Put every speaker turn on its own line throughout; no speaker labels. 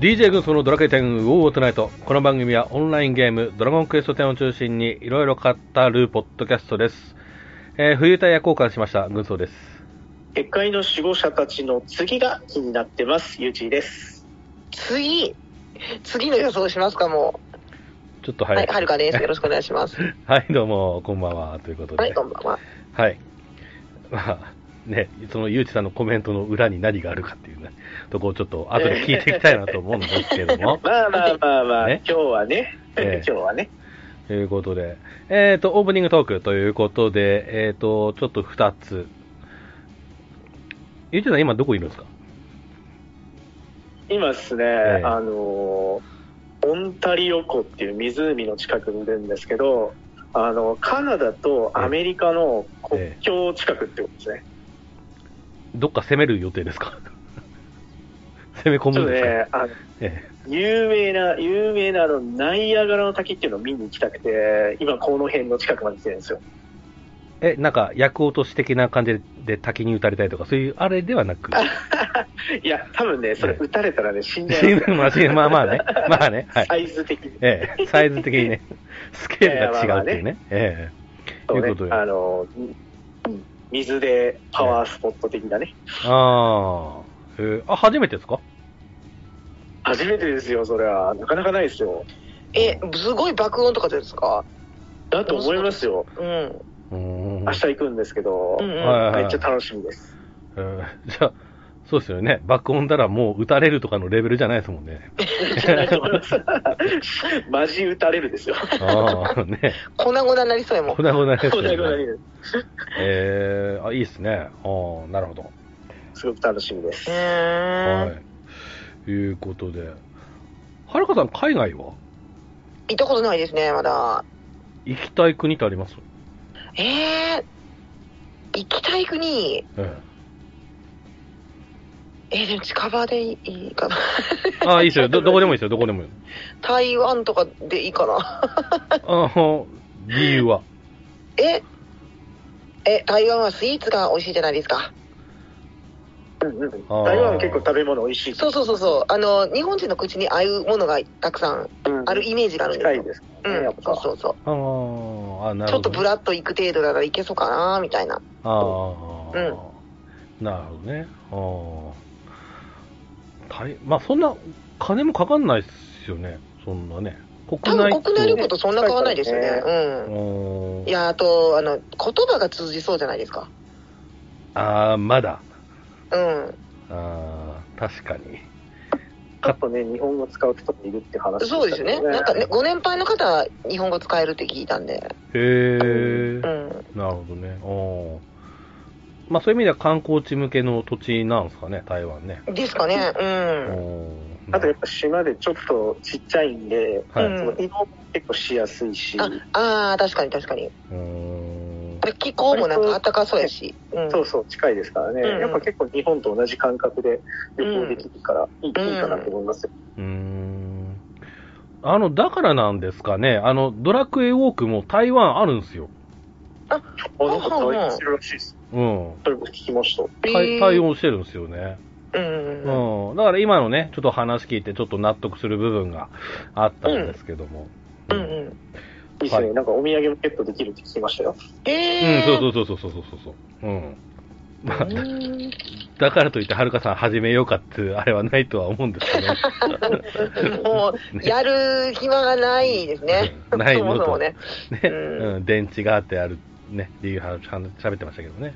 DJ 軍曹のドラクエ10ウォートナイト。この番組はオンラインゲーム、ドラゴンクエスト10を中心にいろいろ語るポッドキャストです。えー、冬タイヤ交換しました、軍曹です。
結界の守護者たちの次が気になってますゆうちーです。
次次の予想しますかも
ちょっと
う。
早。
はいい、はるかです。よろしくお願いし ます。
はい、どうも、こんばんは、ということで。
はい、こんばんは。
はい。まあ、ね、そのゆうちさんのコメントの裏に何があるかっていうね、とこをちょっと後で聞いていきたいなと思うんですけども
まあまあまあまあ、
ね
今日はね、
ええ
今日はね
ということで、えっ、と、オープニングトークということで、えっ、と、ちょっと2つ。ゆうちさん今どこいるんですか
今ですね、
ええ
あのーオンタリオ湖っていう湖の近くにいるんですけどあのカナダとアメリカの国境近くってことですね、
どっか攻める予定ですか 攻め込
ちょ
むん
っと
ですか、
ねあの
え
有名な有名なあのナイアガラの滝っていうのを見に行きたくて今この辺の近くまで来てるんですよ
ええ、なんか、役落とし的な感じで滝に打たれたりとか、そういうあれではなく、
いや多分ねそれ
ええ
撃たれたらね死んじゃいます
まあまあまあね、まあね、はい。
サイズ的に。
ええ、サイズ的に ね、スケールが違うっていうね。え
そうね
ということで
あの、うん水でパワースポット的なね。
え。ああ。ええあ、初めてですか
初めてですよ、それは。なかなかないですよ。
え、すごい爆音とかですか
だと思いますよ。
うん。
うーん。
明日行くんですけど、
うんうん
めっちゃ楽しみです。
ええじゃあ、そうですよね。爆音だらもう打たれるとかのレベルじゃないですもんね。
だと思いますマジ打たれるですよ。
ああ、ね。
粉々になりそうやもん
こん。なことないです よ
そんなことな
ね
い。です
ええあ、いいですね。ああ、なるほど。
すごく楽しみです。
え
はい。いうことで。はるかさん、海外は
行ったことないですね、まだ。
行きたい国ってあります
えー、行きたい国、
え
えー、でも近場でいいかな。
え。ああ、いいですよ。ど、どこでもいいですよ。どこでもいい。
台湾とかでいいかな。
あの、理由は。
ええ、台湾はスイーツが美味しいじゃないですか。
うんうん台
あー
湾は結構食べ物美味しい。
そうそうそうそう。あの、日本人の口に合うものがたくさん
うん
あるイメージがあるんです
近
よ。
いですね。
うん
やっ、ぱ
そうそうそう。
あーあ、なる
ちょ
ほ
っ
ど
と
ね、
ブラッと行く程度ならいけそうかなみたいな。
ああ、なるほどね。ああ。大まあ、そんな、金もかかんないっすよね。そんなね。
多
国内
分国内旅行とそんな変わらないですよね。
そう
う
行
ん。いや、あと、あの、言葉が通じそうじゃないですか。
ああ、まだ。
うん。
ああ、確かに。
ちょっとね、日本語使う人もいるって話した
そうですよね。なんかね、ご年配の方は日本語使えるって聞いたんで。
へえ
う、ん。
なるほどね。おまあ、そういう意味では観光地向けの土地なんですかね、台湾ね。
ですかね。うん。
おー
あとやっぱ島でちょっとちっちゃいんで、
はい、
うん
その移動も結構しやすいし、
ああー、確かに確かに。
うーん
で気候もなんか暖かそうやし。うん。
そうそう、近いですからね、
うんうん
やっぱ結構日本と同じ感覚で旅行できるから、いいいいかなと思いますよ、
うーんあの、だからなんですかね、あの、ドラクエウォークも台湾あるんですよ。
うん
あなんか対応してるらしいです、
うん。
それも聞きました、
対対応してるんですよね。
うん。うん。
うん。だから今のね、ちょっと話聞いてちょっと納得する部分があったんですけども。
う
うん
ん。
いいですね、
はい
なんかお土産もゲットできるって聞きましたよ、
え
うん
え。
そうそうそうそうそうそうそう。うん。まあ、
うん
だからといって、はるかさん始めようかって、あれはないとは思うんです けど。。
もう、やる暇がないですね
ない
そ
のと
もそもね。
ね、
うん
うん、電池があってある、ね、理由は喋ってましたけどね。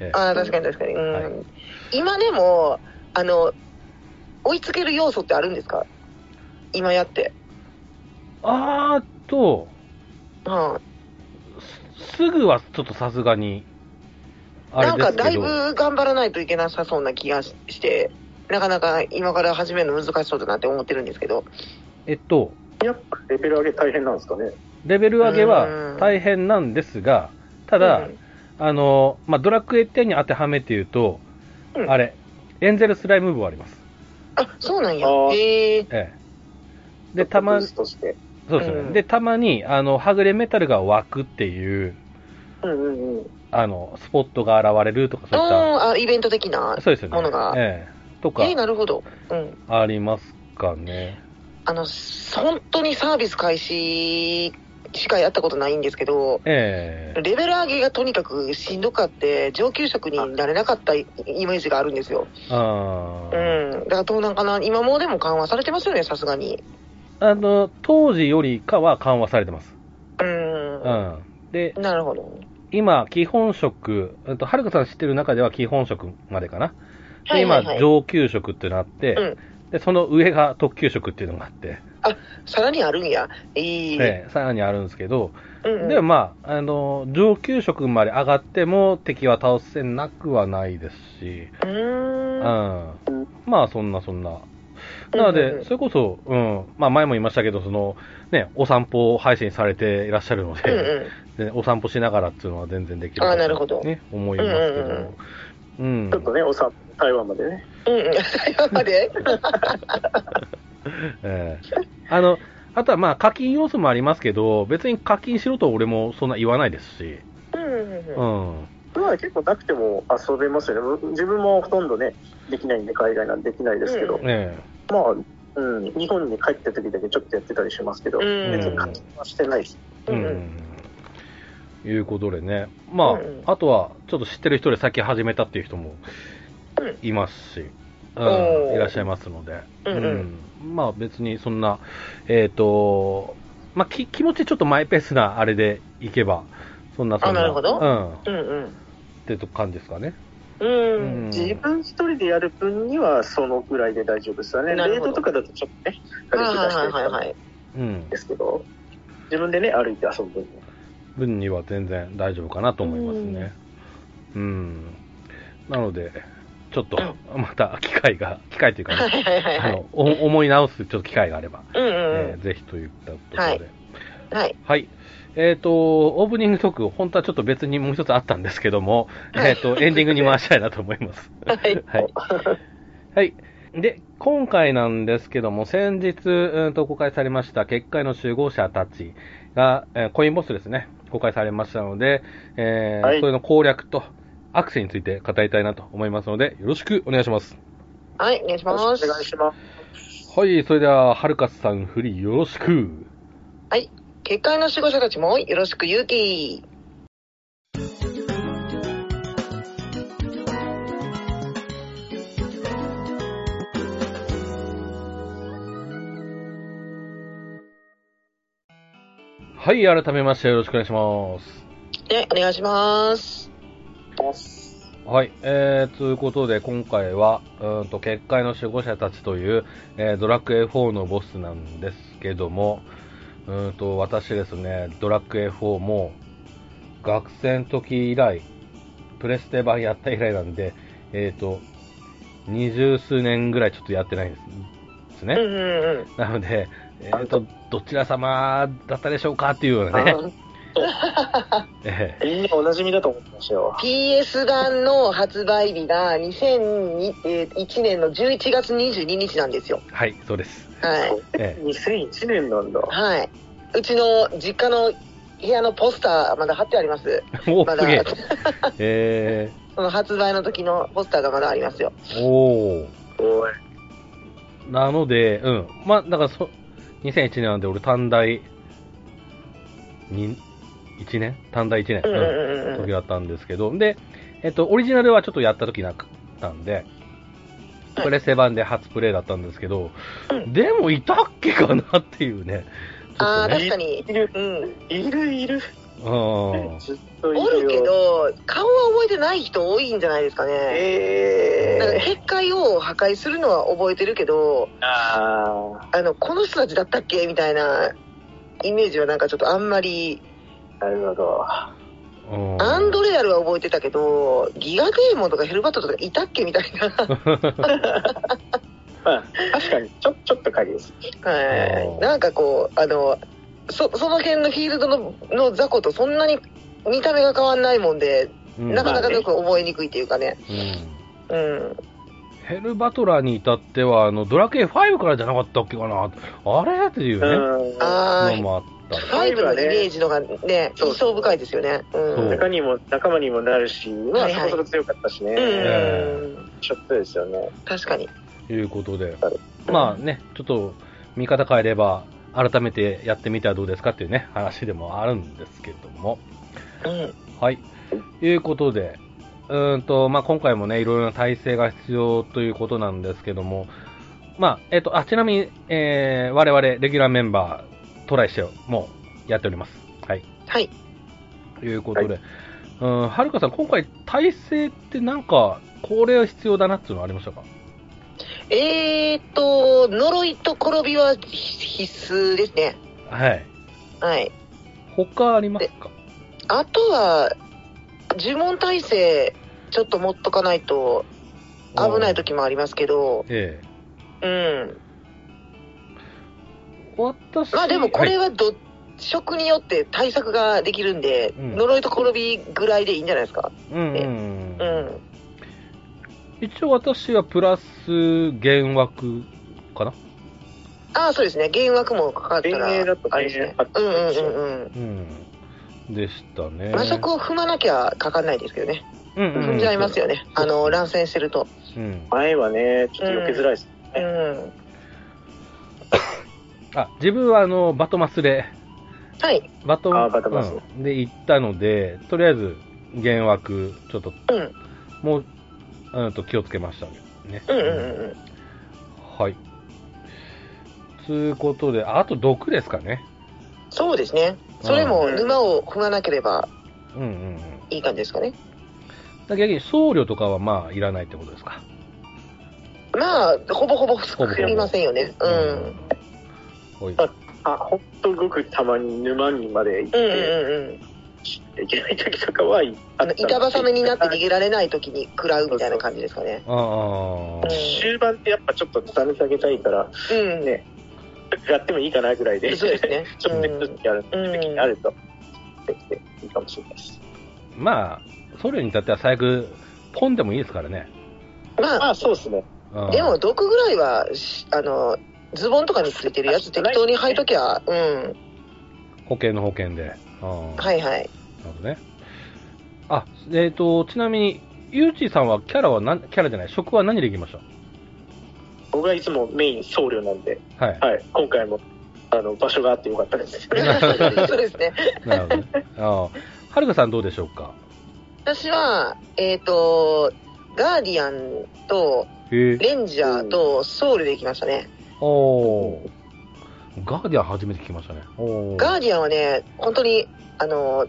ええ
ああ、確かに確かに。うん
はい
今でも、あの、追いつける要素ってあるんですか今やって。
あーっと、
うん。
すすぐはちょっとさすがに、あ
な
れ
ん
で
か、
す
だ
け
い
ど、
ぶ頑張らないといけなさそうな気がしして、なかなか今から始めるの難しそうだなって思ってるんですけど。
えっと、
やっぱレベル上げ大変なんですかね、
レベル上げは
うん
大変なんですが、た
た
だ、あの、まあ、ドラクエ10に当てはめて言うと、
うん
あれ、エンゼルスライム部はあります。
あ、そうなんや
あ。ー
へえ。
ええ。で、たま、
ブ
そ
ーストして、
うですよね。
うん
で、たまに、あの、はぐれメタルが湧くっていう、
うんうんうん、
あの、スポットが現れるとか、そういっ
あーあ、イベント的な
た、。そうですよね。
ものが
ええ。とか
え、ー、なるほど。うん。
ありますかね。
あの、本当にサービス開始しかやったことないんですけど、
ええ
レベル上げがとにかくしんどかって、上級職になれなかったイイメージがあるんですよ。
あ
う
ー
ん。だからどうなんかな、今もうでも緩和されてますよね、さすがに。
あの、当時よりかは緩和されてます。
う。
うんん。で、
なるほど。
今、基本職、うんとはるかさん知ってる中では基本職までかな。
は
で、
い
今
はいはい、
上級職ってのあって、
うん
で、その上が特級職っていうのがあって、
さらにあるんや。いい。
ええさらにあるんですけど、
うんうん
でもまあ、あの、上級職まで上がっても敵は倒せなくはないですし、
うー。
うんん。
は
まあ、そんなそんな。なの
うんうんう
で、
ん
それこそ、うん、まあ前も言いましたけど、その、ね、お散歩を配信されていらっしゃるので、
うんうん
でお散歩しながらっていうのは全然できるか
あーなるほど
ね、思いますけど、うん
ちょっとね、おさ台湾までね。
うんうん。今まで
ええあの、あとはまあ課金要素もありますけど、別に課金しろと俺もそんな言わないですし、
うんうん
う
うん。
ん。
まあ結構なくても遊べますよね。自分もほとんどね、できないんで、海外なんでできないですけど、
うん
え
まあ、うん、日本に帰った時だけちょっとやってたりしますけど、
うん
別に課金はしてないです。
え
うんう
うん。いうことでね、まあ、
うんうん
あとはちょっと知ってる人で先始めたっていう人も
うん
いますし、うん
おー
いらっしゃいますので、
うんうん
うんまあ別にそんな、えっ、と、まあき気持ちちょっとマイペースなあれでいけば、そんなそん
あなるほど
うん。っ
うんうん。
てと感じですかね。
うん。
自分一人でやる分にはそのくらいで大丈夫ですよね。
な
レ
る
ー
ほど
トとかだとちょっとね、軽
はい
く出し
は
て
いはいは
るん
い。
うん。
ですけど、自分でね、歩いて遊ぶ分には
分には全然大丈夫かなと思いますね。うん。なので、ちょっと、また機会が、機会というか
は
ね、
いはいはいは
あ
い。
の、お思い直すちょっと機会があれば、
うん
え
う
ーぜひといったところで。
は
はいい。
ん。はい。
えっ、と、オープニングトーク、本当はちょっと別にもう一つあったんですけども、えっ、と、エンディングに回したいなと思います。
はい。
はい。はい。で、今回なんですけども、先日、うんと公開されました、結界の集合者たちが、えーコインボスですね、公開されましたので、えー
はい
それの攻略とアクセについて語りたいなと思いますので、よろしくお願いします。
はい、お願いしま
よろし
す
くお。願いします。
はい、それでは、はるかさん、振りよろしく。
はい。結界の守護者たちもよろしく、ゆうき。
はい、改めましてよろしくお願いします。
ね、お願いします。
はい、えー、ということで、今回は、うーんと、結界の守護者たちという、えードラクエ4のボスなんですけども、うーんと、私ですね、ドラクエ4も、学生の時以来、プレステ版やった以来なんで、えーと、二十数年ぐらいちょっとやってないんです
うん
ね。
うん
なので、えーと、どちら様だったでしょうかっていうようなね、え
みんなおなじみだと思ってましたよ
うん。。PS 版の発売日が2001年の11月22日なんですよ。
ーはい、そうです。
はい。
え
2001年なんだ。
はい。うちの実家の部屋のポスター、まだ貼ってあります。
ー、お
ま
ー、すげえ
だ、。
え
その発売の時のポスターがまだありますよ。
ー、おー。
おい。
なので、うん。まあ、だからそ、2001年なんで、俺、短大、に、1年短大1年、
うんう
う
ん
ん
うんうん
時。だったんですけど、で、えっと、オリジナルはちょっとやった時なかったんで、プレセ版で初プレイだったんですけど、
うん
でも、いたっけかなっていうね。ちょ
あ
っ
あ、
とね。
確かに。
いる、
うん。
いる、いる。
うん。
ずっといるよ。
おるけど、顔は覚えてない人多いんじゃないですかね。
え
なんか
え
結界を破壊するのは覚えてるけど、
ー。あ
あの、この人たちだったっけみたいなイメージはなんかちょっとあんまり、
ーなるほど。
うん
アンドレアルは覚えてたけど、ギガデーモンとかヘルバットとかいたっけみたいな。
まあ、確かに、ちょ、ちょっと影です。
は
お
い。
ー
なんかこう、あの、そ、その辺のフィールドのの雑魚とそんなに見た目が変わんないもんで、
うん
なかなかよく覚えにくいっていうかね。
うん
うん。
ヘルバトラーに至っては、あの、ドラクエ5からじゃなかったっけかなあれっていう
う
ね、
ん。
あ
の
ー、
もあったり
ファイブのイメージのがね、
そう
印象深いですよね。う
そ
ん
う。
中にも、仲間にもなるし、ま
は
あ、
い
そ
はい
こそこ強かったしね。
うん。
ちょっとですよね。
確かに。
ということで、まあね、ちょっと見方変えれば、改めてやってみたらどうですかっていうね、話でもあるんですけども。
うん。
はい。いうことで、うーんと、まあ、今回もね、いろいろな体制が必要ということなんですけども、まあ、えっと、あ、ちなみに、えー、我々、レギュラーメンバー、トライしてもうやっております。はい。
はい。
ということで、うん、はるかさん、今回、体制ってなんか、これ必要だなっていうのはありましたか
えーっと、呪いと転びは必必須ですね。
はい。
はい。
他ありますか
あとは、呪文耐性、ちょっと持っとかないと危ない時もありますけど、
ええ
うん。
私
まあでもこれ
は
はど、職によって対策ができるんで、
うん
呪いと転びぐらいでいいんじゃないですか。
いうんうん
う
うん
ん。
一応私はプラス減枠かな
ああ、そうですね。原枠もかかったら、
幻影だとね
あれですね
あっ。
う
た
んうん
でしょ
うんうん。
うんでしたね
まあそこを踏まなきゃかかんないですけどね。
うんうん
踏んじゃいますよね。あの、乱戦してると。
うん
前はね、ちょっと避けづらいです。
うん。
あ自分はあのバトマスで
はい。
バト
あバトマス
うんで行ったのでとりあえず減枠ちょっと
うん。
もううんと気をつけましたね
うんうんうん
はいつうことでああと毒ですかね
うん。そうですね。それも沼を踏まなければ
うんうんうん
いい感じですかね。
だから逆に僧侶とかはまあいらないってことですか
まあ、ほぼほぼ
ぼほぼ
含みませんよね。う。
うんほい
ああ、ほんとごくたまに沼にまで行っ
うんうん
て、
うんうん。
いけない時とかは、
あの、板挟みになって逃
る。
げられない時に食らうみたいな感じですかね。
ああ
終盤ってやっぱちょっと下げ下げたいから、
うん。
ね、やってもいいかなぐらいで、
そうですね
ちょっとずつやる
うん
時になると、できていいかもしれないです。
まあ、ソ連に至っては最悪、ポンでもいいですからね。
ま
ま
あ、
あ、そうですね。
うん
でも、毒ぐらいは、しあの、ズボンとかについてるやつ適当に履いときゃ、うん。
保険の保険で。うん
はい は
な
い。
るほどね。あ、えっ、と、ちなみに、ゆうちーさんはキャラはなん、キャラじゃない、職は何でいきましょ
僕はいつもメイン僧侶なんで、
うはい。
はい、今回も、あの、場所があってよかったです。
そうですね。
なるほど ね。あーはるかさんどうでしょうか
私は、えっ、と、ガーディアンと、
へえ。
レンジャーと、ソウルで行きましたね。
おー。ガーディアン初めて聞きましたね。おー。
ガーディアンはね、本当に、あの、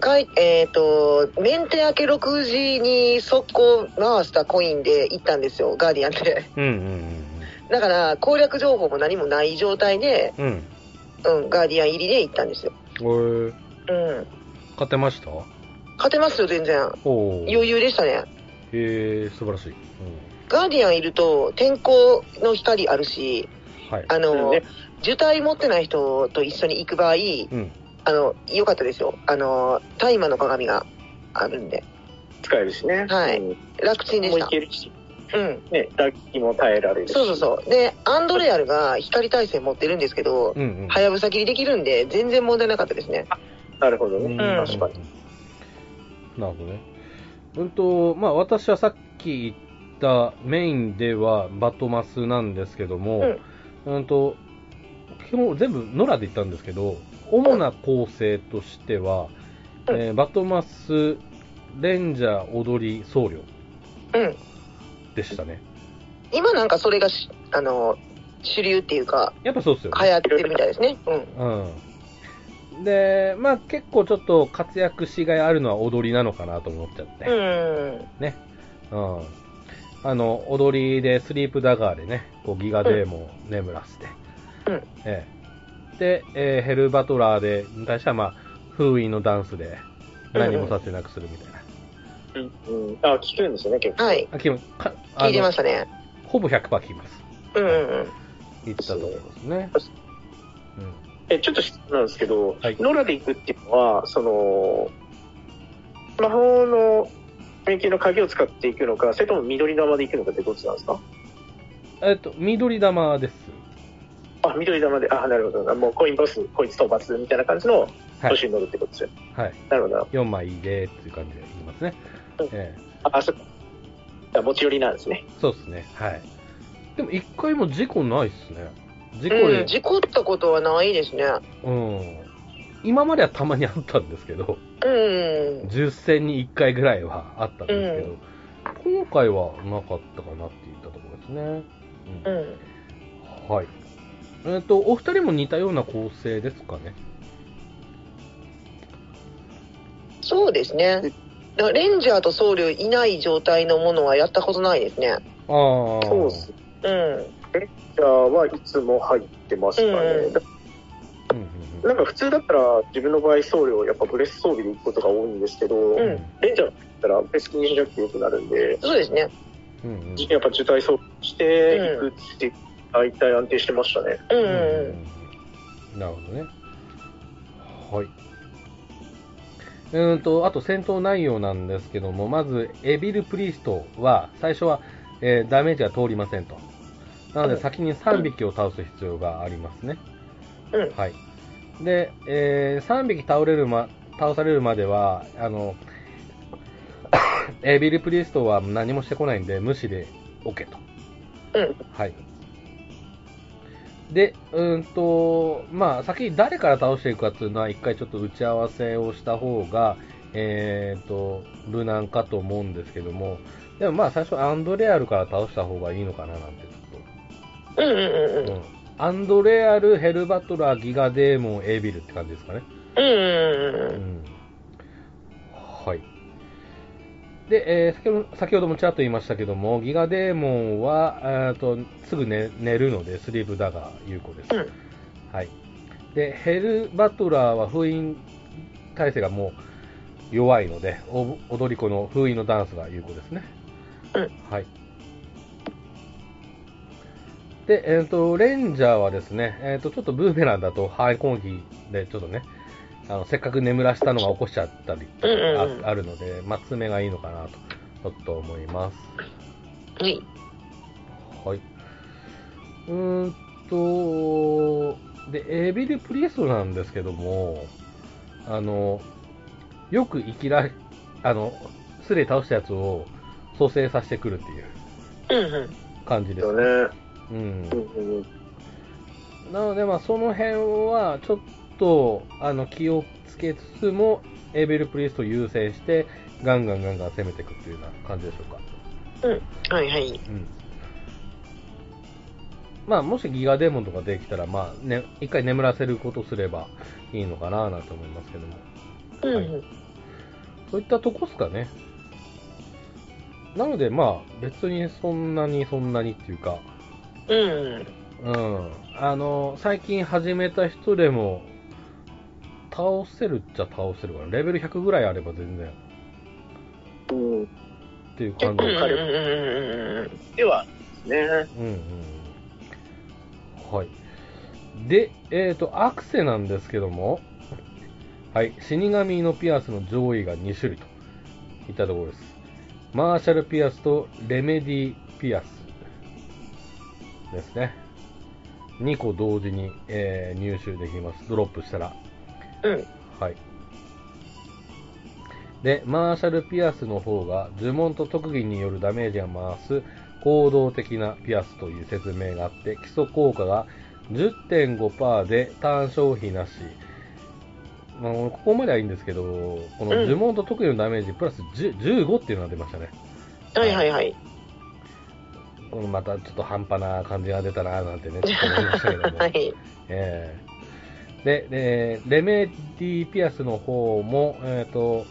かいえっ、と、メンテ明け6時に速攻回したコインで行ったんです よ、ガーディアンって。
うんうん
だから、攻略情報も何もない状態で、
うん。うん。
うん、ガーディアン入りで行ったんですよ。
おー。
うん。
勝てました
勝てますよ、全然。
おー。
余裕でしたね。
へえ、素晴らしい。
ガーディアンいると、天候の光あるし、
うん。はい。
あ の、
ね
受胎持ってない人と一緒に行く場合、
うん。
あの、良かったですよ。あの、大麻の鏡があるんで、
使えるしね。
はい
うん
楽ちんで
もう
し
い
た。
けるし、
うん。
ね、ラッキーも耐えられるし。
そうそうそう。で、アンドレアルが光耐性持ってるんですけど、
うんうん。
はやぶさ切りできるんで、全然問題なかったですね。
なるほどね。
うん
確かに。
なるほどね。うんと、まあ私はさっき言ったメインではバトマスなんですけども、うん、と、基本全部ノラで言ったんですけど、主な構成としては、
うん
えーバトマス、レンジャー、踊り、僧侶
うん。
でしたね。
今なんかそれがし、あの、主流っていうか、
やっぱそうですよね。
流行ってるみたいですね。うん。
うん。で、まあ結構ちょっと活躍しがいあるのは踊りなのかなと思っちゃって。
うん。
ね。うん。あの、踊りでスリープダガーでね、こうギガデーモンを眠らせて。
うん
ええで、えーヘルバトラーで、に対してはまあ、封印のダンスで何もさせなくするみたいな。
うんうん、あ、聞くんですよね、結構。
はい。
あ、きかあの
聞いてましたね。
ほぼ100%聞きます。
うんうん
言ってたところですね。うん。
え、ちょっと質問なんですけど、
はい
ノラで行くっていうのは、その、魔法の迷宮の鍵を使っていくのか、それとも緑玉で行くのかってどっちなんですか
えっと、緑玉です。
あ、緑玉で、あ、なるほど。もうコインボス、コイン討伐みたいな感じの
は
募
い。
集に乗るってことですよ。
はい。
なるほど。
4枚でっていう感じで言いますね。
うん
ええ
あ、あそっか。持ち寄りなんですね。
そうですね。はい。でも一回も事故ないっすね。事故
う
で
ん、、事故ったことはないですね。
うん、今まではたまにあったんですけど、
うん。
10戦に1回ぐらいはあったんですけど、
う
今回はなかったかなって言ったところですね。うん
うん。
はい。えっ、と、お二人も似たような構成ですかね。
そうですね。だからレンジャーと僧侶いない状態のものはやったことないですね。
ああ。
そうっす。
うん。
じゃあはいつも入ってましたね。
うん
だ
うんうん
なんか普通だったら自分の場合送料やっぱブレス装備で行くことが多いんですけど、
うん
レンジャーだったらブレス200キロ良くなるんで、
そうですね。
うんうん
やっぱ渋滞装備していくって、大体安定してましたね。
うん
う
う
う
ん
ん
ん。
うんなるほどね。はい。うーんと、あと戦闘内容なんですけども、まず、エビル・プリストは、最初は、えーダメージは通りませんと。なので、先に3匹を倒す必要がありますね。
うん
はい。で、え3匹倒れるま、倒されるまでは、あの、エビル・プリストは何もしてこないんで、無視で OK と。
うん。
はい。で、うーんと、まあ、先に誰から倒していくかっていうのは、一回ちょっと打ち合わせをした方が、えーと、無難かと思うんですけども、でもまあ、最初アンドレアルから倒した方がいいのかななんて、ちょっと
うんうんうんうん。
うんアンドレアル、ヘルバトラ、ギガデーモン、エービルって感じですかね。
うんうんうん
う
うん。
んはい。で、えー先ほど先ほどもちらっと言いましたけども、ギガデーモンは、えーとすぐ寝寝るので、スリープだが有効です。
うん
はい。で、ヘルバトラーは封印体制がもう弱いので、お踊り子の封印のダンスが有効ですね。
うん
はい。で、えっ、と、レンジャーはですね、えっ、と、ちょっとブーメランだと範囲攻撃で、ちょっとね、あの、せっかく眠らしたのが起こしちゃったりとか
うんうんうん
ああるので、まあ、爪がいいのかなと、ちょっと思います。
はい。
はい。うーんと、で、エビル・プリストなんですけども、あの、よく生きら、あの、スレ倒したやつを蘇生させてくるっていう
うんうん。
感じで
です
す
よ。ね。
うん
う。んうんうん
なので、まあ、その辺は、ちょっと、あの、気をつけつつも、エビル・プリストを優先して、ガンガンガンガン攻めていくっていうような感じでしょうか。
うん。はいはい。
うんまあ、もしギガデーモンとかできたら、まあ、ね、一回眠らせることすればいいのかななんて思いますけども。
うん
はいそういったとこっすかね。なので、まあ、別にそんなにそんなにっていうか、
うん。うん。
うん。あの、最近始めた人でも、倒せるっちゃ倒せるかな。レベル100ぐらいあれば全然、
うん
っていう感
う
じ
んう
で
んうんうんうん。
ではね、
うんうんうんはい。で、えっ、と、アクセなんですけども、はい、死神のピアスの上位が2種類といったところです。マーシャルピアスとレメディピアスですね。2個同時に、えー入手できます。ドロップしたら。
うん。
はい。で、マーシャルピアスの方が呪文と特技によるダメージが回す行動的なピアスという説明があって、基礎効果が10.5%でターン消費なし。まあ、ここまではいいんですけど、この呪文と特技のダメージプラス10 15っていうのが出ましたね。
はいはいはい。
このまたちょっと半端な感じが出たなぁなんてね、ちょっと思いましたけ ども。
はい。
えーで、えーレメディピアスの方も、えー、と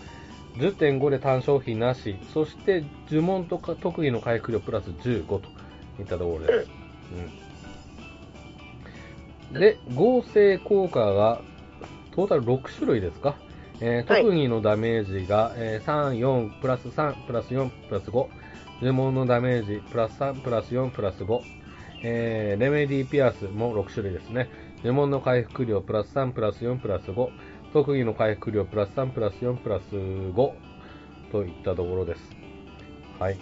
10.5で単消費なし、そして呪文とか特技の回復量プラス15といったところです。うん、で、合成効果がトータル6種類ですか、えー
はい
特技のダメージが、えー3、4、プラス3、プラス4、プラス5、呪文のダメージ、プラス3、プラス4、プラス5、えーレメディピアスも6種類ですね。呪文の回復量プラス3、プラス4、プラス5、特技の回復量プラス3、プラス4、プラス5といったところです。はい。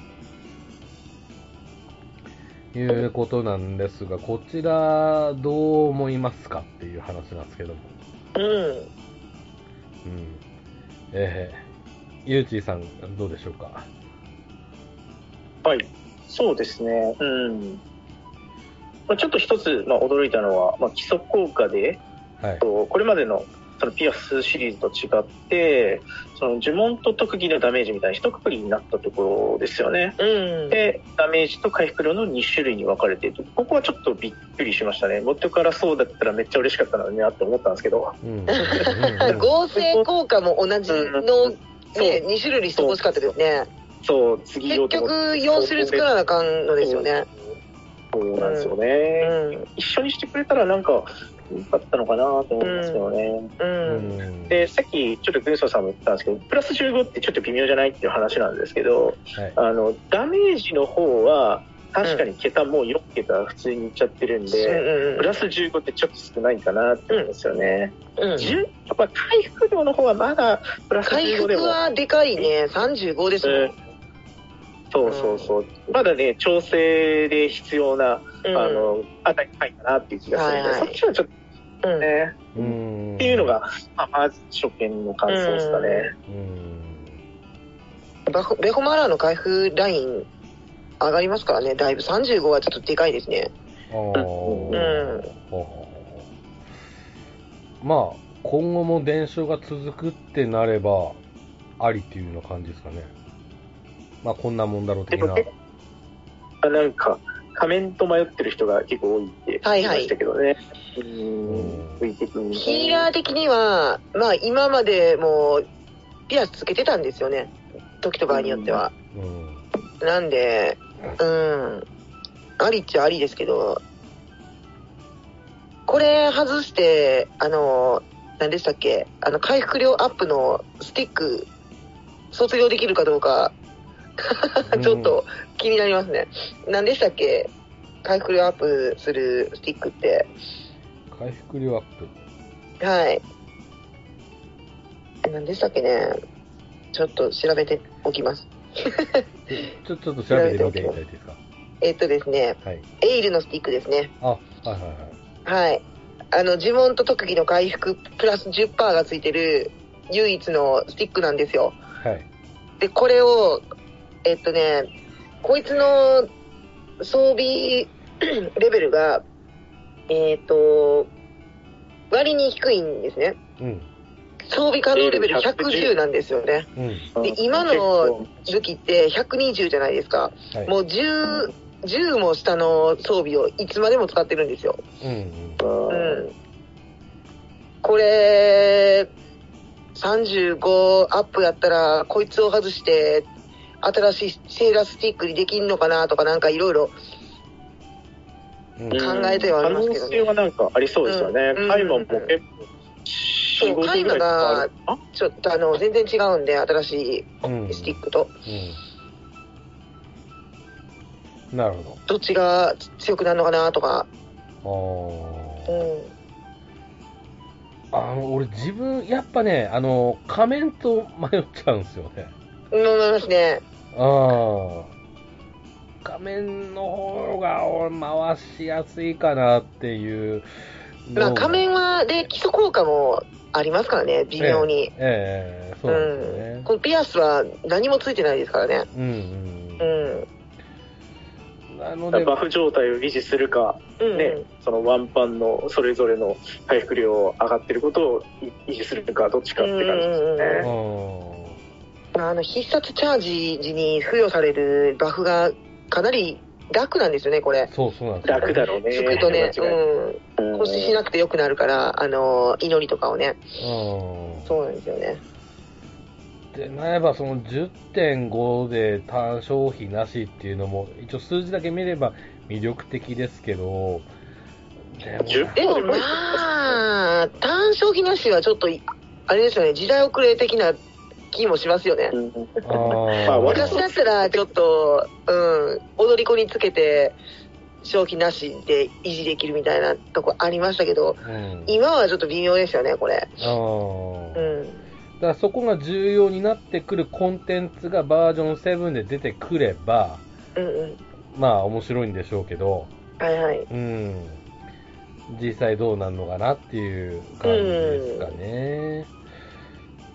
いうことなんですが、こちらどう思いますかっていう話なんですけども。
うん。
うん。えー、ゆうちーさんどうでしょうか。
はい、そうですね、うん、まあ、ちょっと一つ、まあ、驚いたのは、まあ、基礎効果で、
はい。
とこれまでのそのピアスシリーズと違ってその呪文と特技のダメージみたいな一括りになったところですよね。
うん。
でダメージと回復量の2種類に分かれているここはちょっとびっくりしましたね元からそうだったらめっちゃ嬉しかったのになって思ったんですけど
うん。うん
合成効果も同じの、ね、2種類にしてほしかったですね。
そう次
結局、4種類作らなあかんのですよね。
そうなんですよ
う
ね、
ん。
一緒にしてくれたらなんかよかったのかなと思いますけどね、
うん。
でさっきちょっと軍曹さんも言ったんですけどプラス15ってちょっと微妙じゃないっていう話なんですけど
はい。
あのダメージの方は確かに桁もう4桁普通にいっちゃってるんで、プラス15ってちょっと少ないかなって思うんですよね、
うん。
10まあ、回復量の方はまだプラス
回
15で
復
も、
はでかいね。35ですもん。
そうそうそう、まだね調整で必要な、
うん
あ、の値高いかなっていう気がするんで、
はいは
そ
い
っちはちょっ
う
と
ん。
ね、
うん
っていうの。が、まあ、まず初見の感想ですかね、
うん。
バホベホマラーの開封ライン上がりますからね、だいぶ35はちょっとでかいですね。
あー
うん
あーまあ、今後も伝承が続くってなれば、ありっていうような感じですかね。まあ、こんなもんだろう的な。
でもなんか仮面と迷ってる人が結構多いって
は
言
い
いま
はい
したけどね、うーん、的に
ヒーラー的には、まあ今までもうピアスつけてたんですよね、時と場合によっては。
うん。
なんで、うん、ありっちゃありですけど、これ外して、あの、何でしたっけ、あの回復量アップのスティック、卒業できるかどうか、ちょっと気になりますね。何でしたっけ回復量アップするスティックって。
回復量アップ。
はい。え何でしたっけねちょっと調べておきます。
ちょ、ちょっと調べてみていただいていいですか。
えっとですね、
はい。
エイルのスティックですね。
あ、はいはいはい。
はい。あの、呪文と特技の回復プラス10%がついてる唯一のスティックなんですよ。
はい。
で、これを、えっとね、こいつの装備 レベルが、えっと、割に低いんですね。
うん。
装備可能レベル110なんですよね。
うん。
で今の武器って120じゃないですか。
はい。
もう10、10も下の装備をいつまでも使ってるんですよ。
うんうん。
うん
うんこれ35アップやったらこいつを外して新しいセーラースティックにできんのかなとかなんかいろいろ
うん
うん
考えてはいますけど
可
ね
能性はなんかありそうですよね
うん
海馬も結構
そ
4
う
5
海
ぐらい
馬
あ
が
るあ
ちょっとあの全然違うんで新し
うん
いスティックと
うんなるほど。
どっちが強くなるのかなとか、う
あ
ん、
あ。あの、俺自分、やっぱね、あの、仮面と迷っちゃうんですよね。
思いますね
ああ。仮面の方が俺回しやすいかなっていうの
ま
が。
あ仮面はで基礎効果もありますからね微妙に、
ええそうなんですよね。
このピアスは何もついてないですからね
うんう
う
ん
ん
うん。なので、
バフ状態を維持するか
うん、
ねそのワンパンのそれぞれの回復量上がってることを維持するかどっちかって感じです
うんうん
ね
うん。
まあ、あの必殺チャージ時に付与されるバフがかなり楽なんですよね、これ。
そうそうなんですよ
楽だろうね
つくとね、
間違いない
うん、腰しなくてよくなるから、あの、祈りとかをね、
うん。
そうなんですよね。
ってなれば、その10.5で単消費なしっていうのも、一応数字だけ見れば魅力的ですけど、でも
10
でもまあ、単消費なしはちょっと、あれですよね、時代遅れ的な気もしますよね
う。ん
あー
まあ割
昔だったら、ちょっと、うん、踊り子につけて、消費なしで維持できるみたいなとこありましたけど、
うん
今はちょっと微妙ですよね、これ。
あー
う
だ
ん。
からそこが重要になってくるコンテンツがバージョン7で出てくれば、
うんうん。
まあ面白いんでしょうけど、
はいはい。
うん、実際どうなるのかなっていう感じですかね。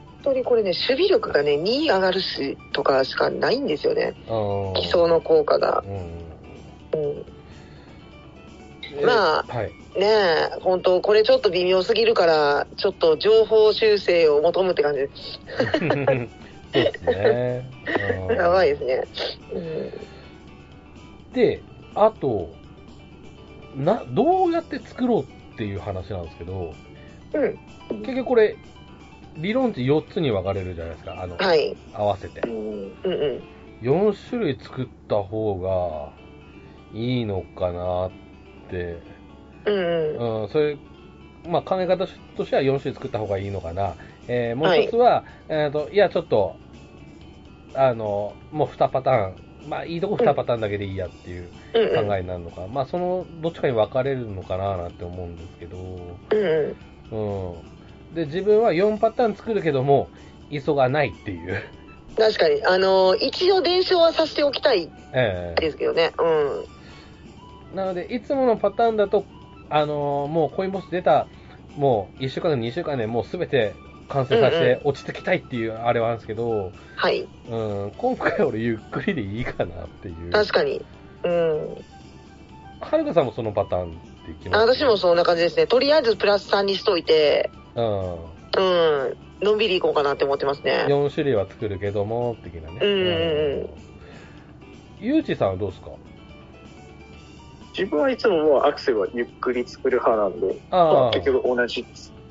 本当にこれね、守備力がね、2上がるしとかしかないんですよね。
あー
基礎の効果が。
うん
うん。
え
まあ
はい。
ねえ、本当、これちょっと微妙すぎるから、ちょっと情報修正を求むって感じです。
そうですね。うん
やばいですね。うん
で、あと、な、どうやって作ろうっていう話なんですけど、
うん、
結局これ、理論値4つに分かれるじゃないですか、あの、
はい、
合わせて
う。ん
うんうん、
4種類作った方がいいのかなって、
うんうん、
うん、それ、まあ、考え方としては4種類作った方がいいのかな。えーもう一つは、えっと、いや、ちょっと、あの、もう2パターン、まあ、いいとこ2パターンだけでいいやっていう
うんうん、
考えになるのか、まあ、その、どっちかに分かれるのかななんて思うんですけど、
うんうん、
うん。で、自分は4パターン作るけども、急がないっていう。
確かに、あのー一応、伝承はさせておきたい
ええ
ですけどね、うん、
なので、いつものパターンだと、あのーもうコインボス出た、もう1週間か2週間でもうすべて完成させ
うん
て落ちてきたいっていうあれはあるんですけど、
はい、
うん、今回俺ゆっくりでいいかなっていう。
確かに、うん、
はるかさんもそのパターンでいき
あ
ます、
私もそんな感じですね、とりあえずプラス3にしといて、
う
うん、のんびりいこうかなって思ってます
ん。
ね。
4種類は作るけども、的なね。
うんうんうん
ゆうちさんはどうですか
自分はいつももうアクセルはゆっくり作る派なんで、ま
あ
あ、結局同じです。
うん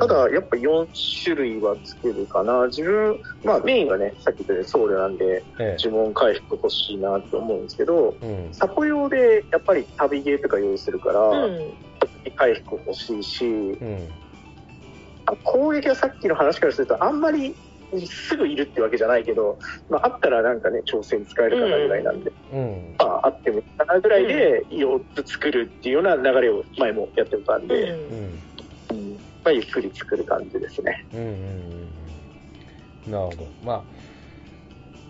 ただ、やっぱ4種類は作るかな。自分、まあメインがね、さっき言ったように僧侶なんで、
ええ
呪文回復欲しいなって思うんですけど、
うん。
サポ用でやっぱり旅ゲーとか用意するから、
うん、
回復欲しいし、
うん。
あ攻撃はさっきの話からすると、あんまりすぐいるってわけじゃないけど、まああったらなんかね、調整に使えるかなぐらいなんで、
うん。
まああってもいいかなぐらいで4つ作るっていうような流れを前もやってたん
う、
で、
うんん。
うんまあゆっくり作る感じですね。
うんうんうんうんなるほど。まあ、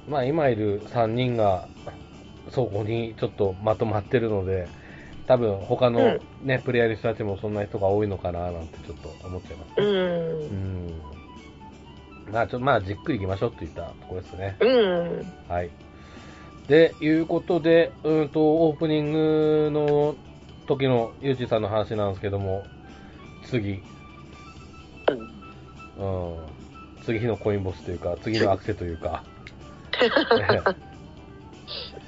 まあ今いる3人が、そこにちょっとまとまってるので、多分他のね、プレイヤーの人たちもそんな人が多いのかななんてちょっと思っちゃいます
う、
ね。うんん。まあちょっと、まあじっくり行きましょうって言ったところですね。
うん、
はい。で、いうことで、うんと、オープニングの時のゆうちさんの話なんですけども、次、うん、次のコインボスというか、次のアクセというか、ね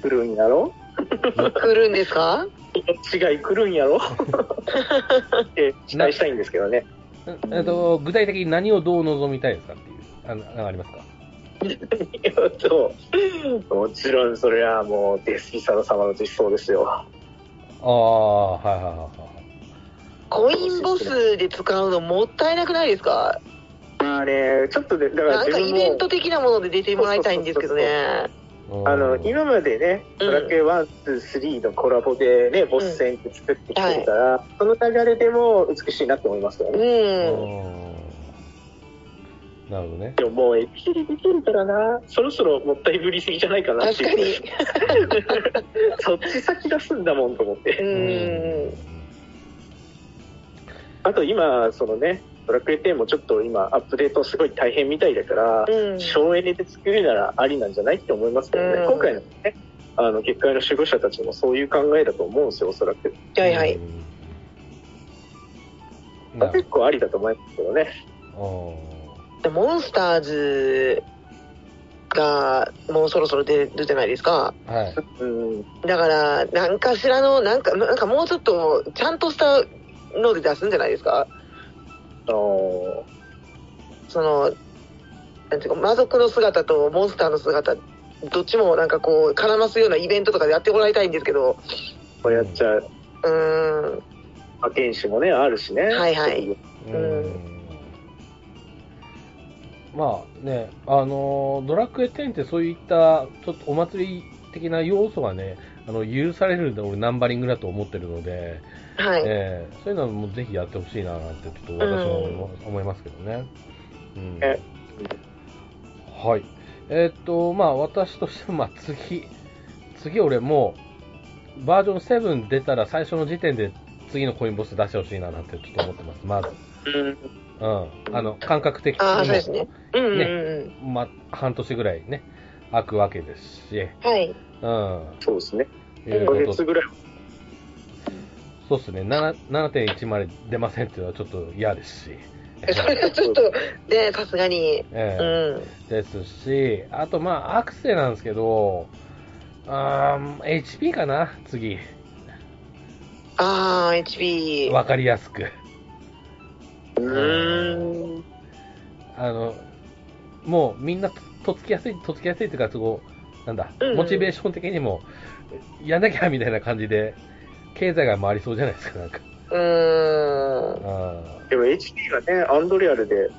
来るんやろ
来るんですか
違い来るん やろって期待したいんですけどね。
えっと、具体的に何をどう望みたいですかっていう、あのなんかありますか
えっともちろんそれはもうデスピサド様の実装ですよ。
ああ、はいはいはい
コインボスで使うのもったいなくないですか
あれ、ちょっとで、だから
なん
自
かイ
分
ベン
も
ト、的なもので出てもらいたいんですけどね。
はい。
あの、
うん
今までね、
うん
ドラクエ1、2、3のコラボでね、ボス戦って作ってきてるから、その流れでも美しいなって思いますよ
う
ね。
うん
ん。
なるほど ね。
でももう、エピソードできるからな、そろそろもったいぶりすぎじゃないかなっ
確
て
か
い
に
う。。 そっち先が済んだもんと思って。
うん。
あと今、そのね、ドラクエ10もちょっと今、アップデートすごい大変みたいだから、
うん。
省エネで作るならありなんじゃないって思いますけどね、
うん
今回のね、あの、結界の守護者たちもそういう考えだと思うんですよ、おそらく。
はいはい。。
なる
結構ありだと思いますけどね。
ほ
モンスターズがもうそろそろ出るじゃないですか。
どはい。
うん。
だから、なんかしらの、なんか、なんかもうちょっと、ちゃんとしたので出すんじゃないですか。
あの
その、なんていうか、魔族の姿とモンスターの姿、どっちもなんかこう、絡ますようなイベントとかでやってもらいたいんですけど、
これやっちゃう、
うーん。
派遣士もね、あるしね。
はいはい。
うんまあね、あのードラクエ10ってそういったちょっとお祭り的な要素がね、あの許されるんで俺ナンバリングだと思ってるので、
はい。
ええそういうのもぜひやってほしいななんてちょっと私は思いま,、思いますけどね。うん
え
はい。えーっと、まあ私としては、まあ次、次俺もうバージョン7出たら最初の時点で次のコインボス出してほしいななんてちょっと思ってます、まず。
うん。
うん、あの感覚的に
ああ、そうです
も、
ね。うんうんうん。
ま、半年ぐらいね、空くわけですし、
はい。
うん、
そうですね。
い
5
うこと
月ぐらい。
そうですね、7 7.1まで出ませんっていうのはちょっと嫌ですし。
それはちょっと、ね、さすがに。
え
う
えで
ん。
すし、あとまあ、アクセなんですけど、あー HP かな、次。
あー、HP。
わかりやすく。
うーん。
あの、もうみんなととっつきやすい、とっつきやすいっていうか、そこ、なんだ
うんう、ん
モチベーション的にも、やんなきゃみたいな感じで、経済が回りそうじゃないですか、なんか。
うーん。
あ
でも HP がね、アンドレアルで、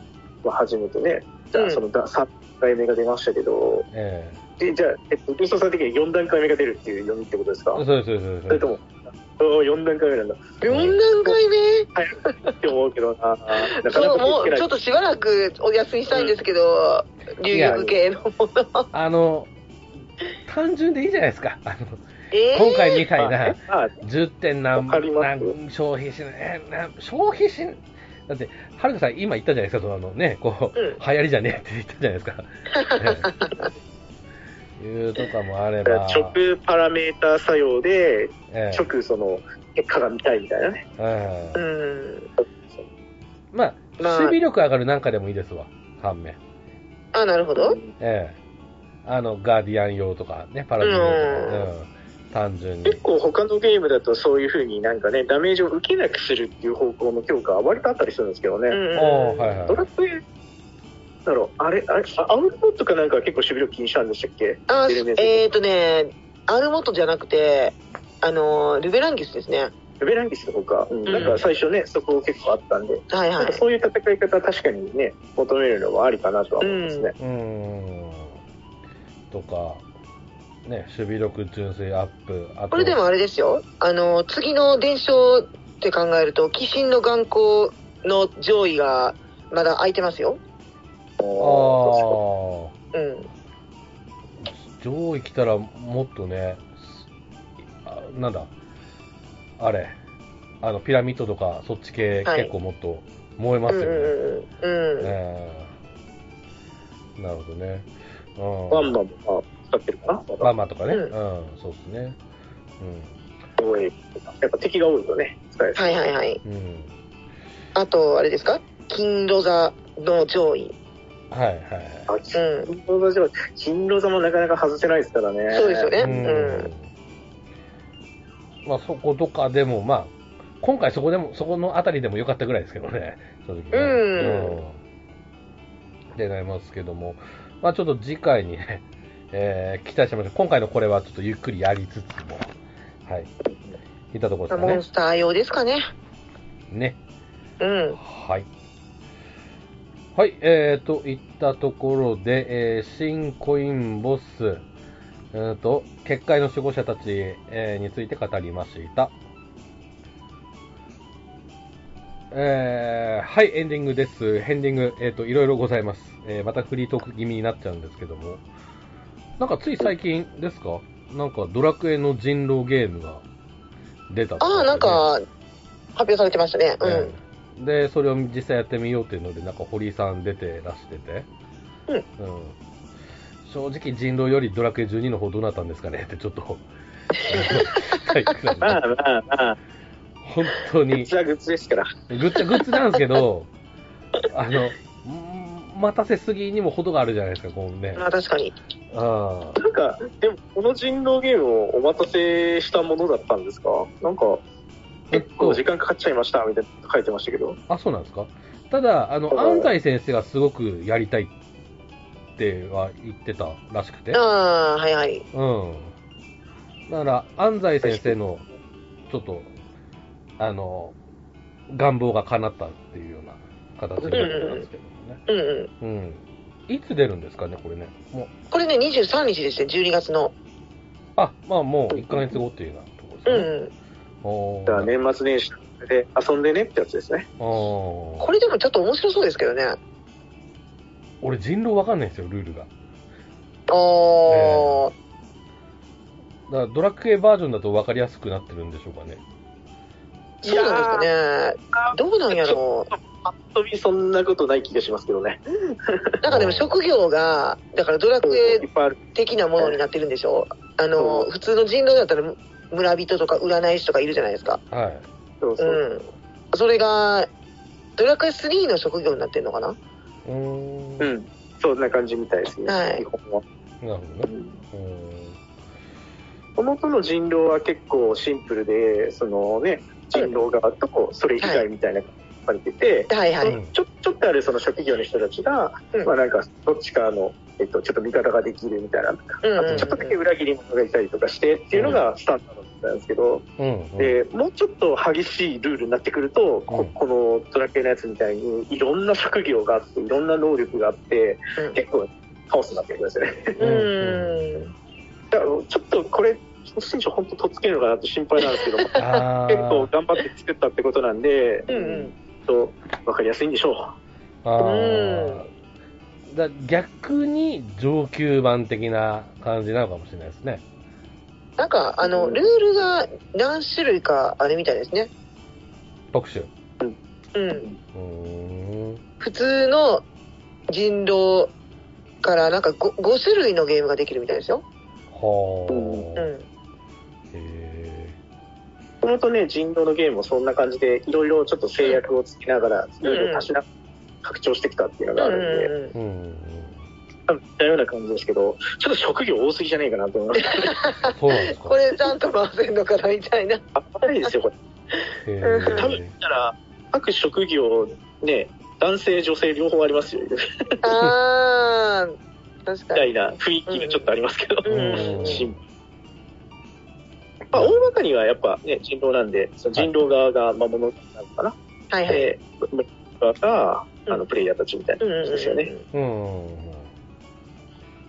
まあ、初めてね、じゃ
うん
あそのだ3回目が出ましたけど、
ーえ
でじゃあ、えっと、ルーソーさん的に4段階目が出るっていう読みってことですか
えそうです、そうです。そ
そ
うで
れ
す
とも、4段階目なんだ
4段階目
って思うけ どな、なかなか
そう、も
気
う
づ
ちょっとしばらくお休みしたいんですけど、流力系のもの。
あの、単純でいいじゃないですか。あの、
え
今回みたい
けな。、
ない
まあ
10点何
わかります
何消費しない、えな消費しないだって、はるかさん、今言ったじゃないですか、そのあのね、こう、
うん
流行りじゃねえって言ったじゃないですか。ええいうとかもあれば、
直パラメータ作用で、
ええ
直その結果が見たいみたいなね。
え
う
え
ん。
まあ、
まあ
守備力上がるなんかでもいいですわ、反面。
あ、なるほど。
ええあの、ガーディアン用とかね、パラディン用とか、
う
うん単純に。
結構他のゲームだとそういう風になんかね、ダメージを受けなくするっていう方向の強化は割とあったりするんですけどね。
うん。
おーはいはい
ドラクエ、なんだろう、あれ、あれ、あアウトポットかなんかは結構守備力気にしたんでしたっけ
あ、
ベルメー
え
ル
っ、ー、とね、アルモットじゃなくて、あの、ルベランギスですね。
ルベランギスの方か、うん
ん
なんか最初ね、そこ結構あったんで、
はい
な
は
んか
い。
そういう戦い方は確かにね、求めるのはありかなとは思いますね。
うーんとか、ね、守備力純粋アップ、あと
これでもあれですよ。あの、次の伝承って考えると、鬼神の眼光の上位がまだ空いてますよ。
お
あ
ー
うん。
あ、上位来たらもっとね、あなんだ、あれ、あのピラミッドとか、そっち系、
はい
結構もっと燃えま
う
す
ん
よね。
うんうんうん。
えーなるほどね。うん、
ワンマンも使ってるかなまだ
バンマとかね、う、
うん
そうですね。
すごいやっぱ敵が多いとね、使える
はいはいはい。
うん、うん、
あと、あれですか金ロザの上位。
はいはいはい。
あ、
うん。
勤労座じゃ、勤労座もなかなか外せないですからね。
そうですよね
うんまあそことかでもまあ今回そこでもそこのあたりでも良かったぐらいですけどね 正直ね
うん
うんでなりますけどもまあちょっと次回にね、 えー期待してましょう今回のこれはちょっとゆっくりやりつつもはいいったところ
モン
です
スター用ですかね。
かねね
うん。
はいはいえー、といったところで、えー新コインボスうーんと、結界の守護者たち、えーについて語りました。えーはい、エンディングです。エンディング、えっ、と、いろいろございます。えーまたフリートーク気味になっちゃうんですけども。なんかつい最近ですかなんかドラクエの人狼ゲームが出たと
ああ、なん、か、発表されてましたね。
ええで、それを実際やってみようっていうので、なんか堀井さん出てらしてて。
うん
うん正直人狼よりドラクエ12の方どうなったんですかねってちょっ とはい
まあまあまあ、
本当
グッ
に
ズはグッズですから。
ぐっちゃぐっつなんですけどあのん待たせすぎにも程があるじゃないですかこの
う
ね
ん。まあ確かに。
あ
なんか、でも、この人狼ゲームをお待たせしたものだったんですかなんか、
えっ
結構
と
時間かかっちゃいました、みたいな書いてましたけど。
あそうなんですかただあの
はい
安西先生がすごくやりたいっては言ってたらしくて
ああ、はいはい。
うん。だから、安西先生の、ちょっと、あの、願望が叶ったっていうような形になってたんですけどもね。
うんうん。
うん。いつ出るんですかね、これね。もう、
これね、23日ですね、12月の。
あ、まあもう1ヶ月後っていうようなところ
うん
ですね。
うん。
おー
だから年末年始で遊んでねってやつですね。
おー
これでもちょっと面白そうですけどね。あ
俺人狼わかんないんですよ、ルールが。だ
あー、
からドラクエバージョンだとわかりやすくなってるんでしょうかね。
そうなん
いや
ですかね。どうなんやろ
ー。ぱっと見そんなことない気がしますけどね。
う。なんかでも職業が、だからドラクエ
いっぱいある。
的なものになってるんでしょあの、
そう
普通の人狼だったら村人とか占い師とかいるじゃないですか。
はい。
そう
う
そう、
ん。それが、ドラクエ3の職業になってるのかな
う。
うんん、そんな感じみたいですね、
はい
基本は。
なるほどね。うん
元の人狼は結構シンプルで、そのね、人狼側とそれ以外みたいな感じされてて、
はいは
う
い。
ん
ちょちょっとあるその職業の人たちが、
うん
まあなんかどっちかの、えっと、ちょっと味方ができるみたいなとか、
うん
あとちょっとだけ裏切り者がいたりとかしてっていうのがスタンダードなんですけど、
うん。うん
でもうちょっと激しいルールになってくると、
うん
ここのドラクエのやつみたいにいろんな職業があっていろんな能力があって
うん
結構カオスになってくるんですよね
うん。
だからちょっとこれ新書本当とっつけるのかなって心配なんですけど結
あー
構頑張って作ったってことなんで、
うんう
と分かりやすいんでしょう
あーだ逆に上級版的な感じなのかもしれないですね。
なんか、あの、
うん
ルールが何種類かあれみたいですね。
特集。
うん。
うーん。
普通の人狼からなんか 5, 5種類のゲームができるみたいですよ。
は
う
あ。
ん。
へ
もともとね人狼のゲームもそんな感じでいろいろちょっと制約をつけながらルールを足しながら拡張してきたっていうのがあるんで、
え。うん。
多分似たような感じですけど、ちょっと職業多すぎじゃないかなと思います。
そうなんですか。
これちゃんと回せんのかなみたいな。
あんまりですよ、これ。
へ
う
多
ん
分言
ー
ったら、各職業、ね、男性、女性両方ありますよ、み
あー、確か
た
に。
いな雰囲気がちょっとありますけど。
うん
シンプルまあ、大まかにはやっぱね、人狼なんで、その人狼側が魔物なのかな。
はいはい。
で、向こう側が、あ
う
の、
ん
プレイヤーたちみたいな
うんうん
感
う
じ
ん
ですよね。
うん。うん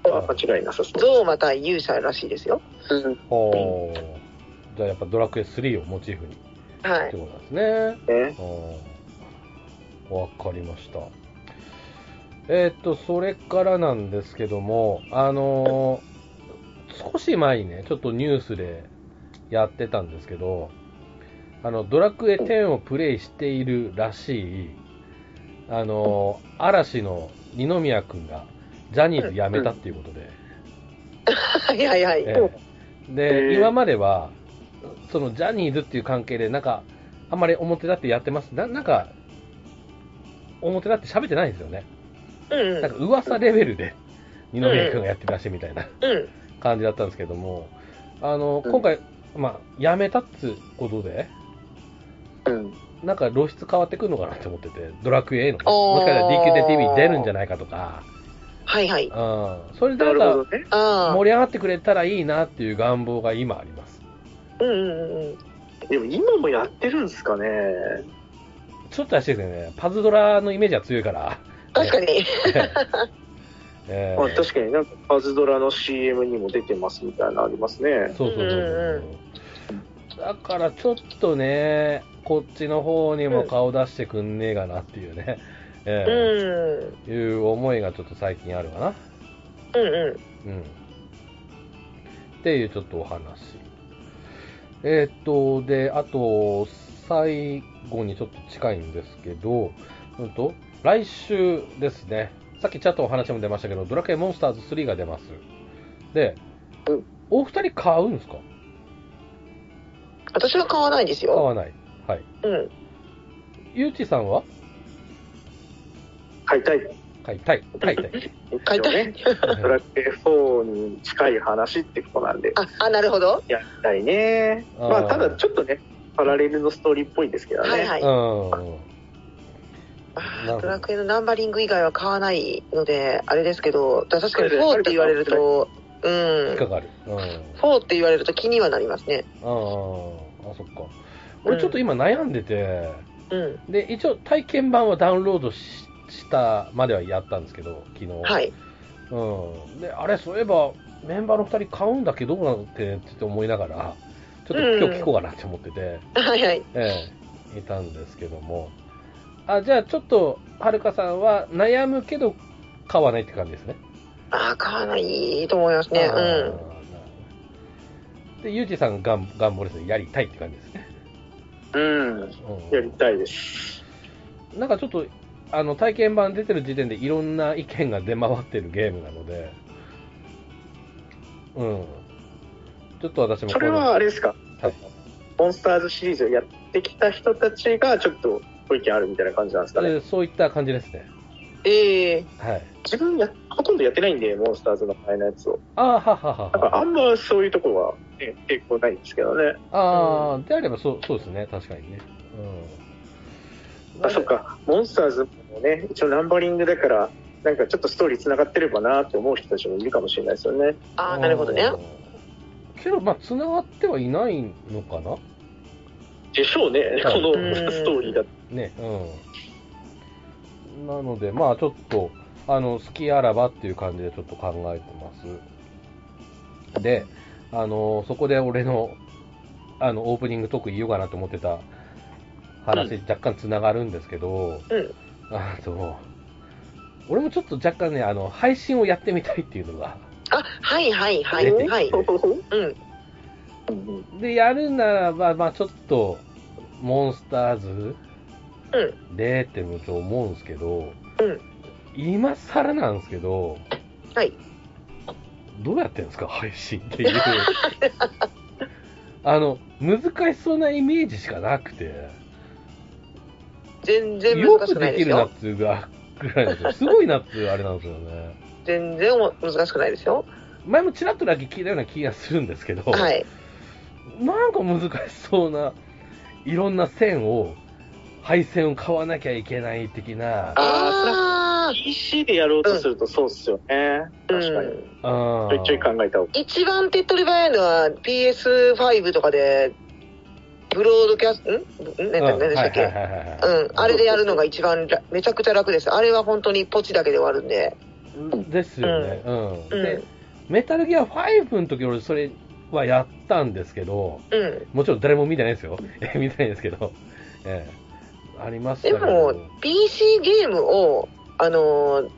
まあ間違いなさそう。
ゾウまた勇者らしいですよ。
うん
はあ。じゃあやっぱドラクエ3をモチーフにっ
はい
て。ことなんですね。
ね。
ああ、わかりました。えーっと、それからなんですけども、あのー少し前にね、ちょっとニュースでやってたんですけど、あの、ドラクエ10をプレイしているらしい、あのー嵐の二宮くんが、ジャニーズ辞めたっていうことで、
はいはいはい。
ええで、
ええ
今までは、そのジャニーズっていう関係で、なんか、あんまり表立ってやってます、ななんか、表立って喋ってないんですよね、
うん
なんか噂レベルで二宮君がやってたしみたいな
うん。
感じだったんですけども、あの
うん
今回、まあ、辞めたっつうことで、
うん。
なんか露出変わってくるのかなって思ってて、ドラクエへの、ね、
おー
もしかしたら DQTV 出るんじゃないかとか、
はいはい。
うん、それで
な
な
る
ん
ほど
か
ね。
あ
盛り上がってくれたらいいなっていう願望が今あります。
ー。うんうんうんうん。
でも今もやってるんですかね。
ちょっと足してですね、パズドラのイメージは強いから。
確か
に。
に。
え
あ確かになんかパズドラの CM にも出てますみたいなのありますね。
そうそうそうそう
うん
だからちょっとね、こっちの方にも顔出してくんねえかなっていうね、え
うん。
え
う
い
ん
う思いがちょっと最近あるかな。
うん。
うん。っていうちょっとお話。えーっと、で、あと、最後にちょっと近いんですけど、うんと、来週ですね、さっきちょっとお話も出ましたけど、ドラクエモンスターズ3が出ます。で
うん、
お二人買うんですか
私は買わないです
買
よ。
わない。はい。
うん。
ゆうちさんは
買いたい。
買いたい。買いたい。
買いたい
ね。ドラクエ4に近い話ってことなんで、
あ、あ、なるほど。
やりたいね。
あー
まあ、ただちょっとね、パラレルのストーリーっぽいですけどね。
はいは
う
い。
ん。うんなるほ
あー
ど
ドラクエのナンバリング以外は買わないので、あれですけど、だから確かに4って言われると、う
引っ
ん
か、かる。うん。うん。
4って言われると気にはなりますね。
あ、そっか。俺ちょっと今悩んでて、
うん。
で一応体験版はダウンロードししたまではやったんですけど昨日
はい。
うんであれそういえばメンバーの2人買うんだけどどうなんてちょっと思いながらちょっと今日聞こうかなって思ってて、
はいはい。
ええいたんですけどもあじゃあちょっとはるかさんは悩むけど買わないって感じですね
ああ、買わないと思いますね。
あ
う
ーなる
ん。
ほどでゆうじさんがん願望ですねやりたいって感じですね、
うん。
うん
やりたいです。
なんかちょっと、あの体験版出てる時点でいろんな意見が出回ってるゲームなので、うん。ちょっと私も
それ
こ
はあれですか、
はい
モンスターズシリーズをやっってきた人たちが、ちょっとご意見あるみたいな感じなんですかね。
でそういった感じですね。
ええ
はい。
自分や、ほとんどやってないんで、モンスターズの前のやつを。
あーははは
だから、あ
は。
んまそういうとこは、ね、抵抗ないんですけどね。
ああ、であればそうそうですね、確かにね。うん。
あ、そっか、モンスターズもね、一応ナンバリングだから、なんかちょっとストーリー繋がってればなって思う人たちもいるかもしれないですよね。
ああ、なるほどね。
うん。けど、まあ、繋がってはいないのかな
でしょうね、
はい
この
うん
ストーリーだと。
ね、うん。なので、まあ、ちょっと、あの、好きあらばっていう感じでちょっと考えてます。で、あの、そこで俺の、あの、オープニング特言おうかなと思ってた話、若干つながるんですけど、
うん
あと、俺もちょっと若干ね、あの、配信をやってみたいっていうのが、
あ、はいはいはい
出て
はい。うん。
うん
で、やるならば、まあちょっと、モンスターズでってもちょっと思うんですけど、
うん
今更なんですけど、
はい。
どうやってんですか、配信っていう。 あの、難しそうなイメージしかなくて、
全然
よ
難し
く
くない
で
で
き
す
るな
よ
っ。ていうぐらいですよ。すごいなっていうあれなんですよね。
全然お難しくないですよ。
前もちらっとだけ聞いたような気がするんですけど、
はい。
なんか難しそうな、いろんな線を、配線を買わなきゃいけない的な、
あ
あ
PC でやろうとするとそうっすよね。
ー、
確かに。
うん。
あ
ちょいちょい考えた方が。
一番手っ取り早いのは PS5 とかで、ブロードキャスト、んん
うん
何でしたっ
はい
け
はいはいはい
うん。あれでやるのが一番らめちゃくちゃ楽です。あれは本当にポチだけで終わるんで。
ですよね、うん
うん。
で、メタルギア5の時俺、それはやったんですけど、
うん。
もちろん誰も見てないですよ、 え見てないですけど、ええありましたけ
で
ど、
も、PC ゲームを、あのー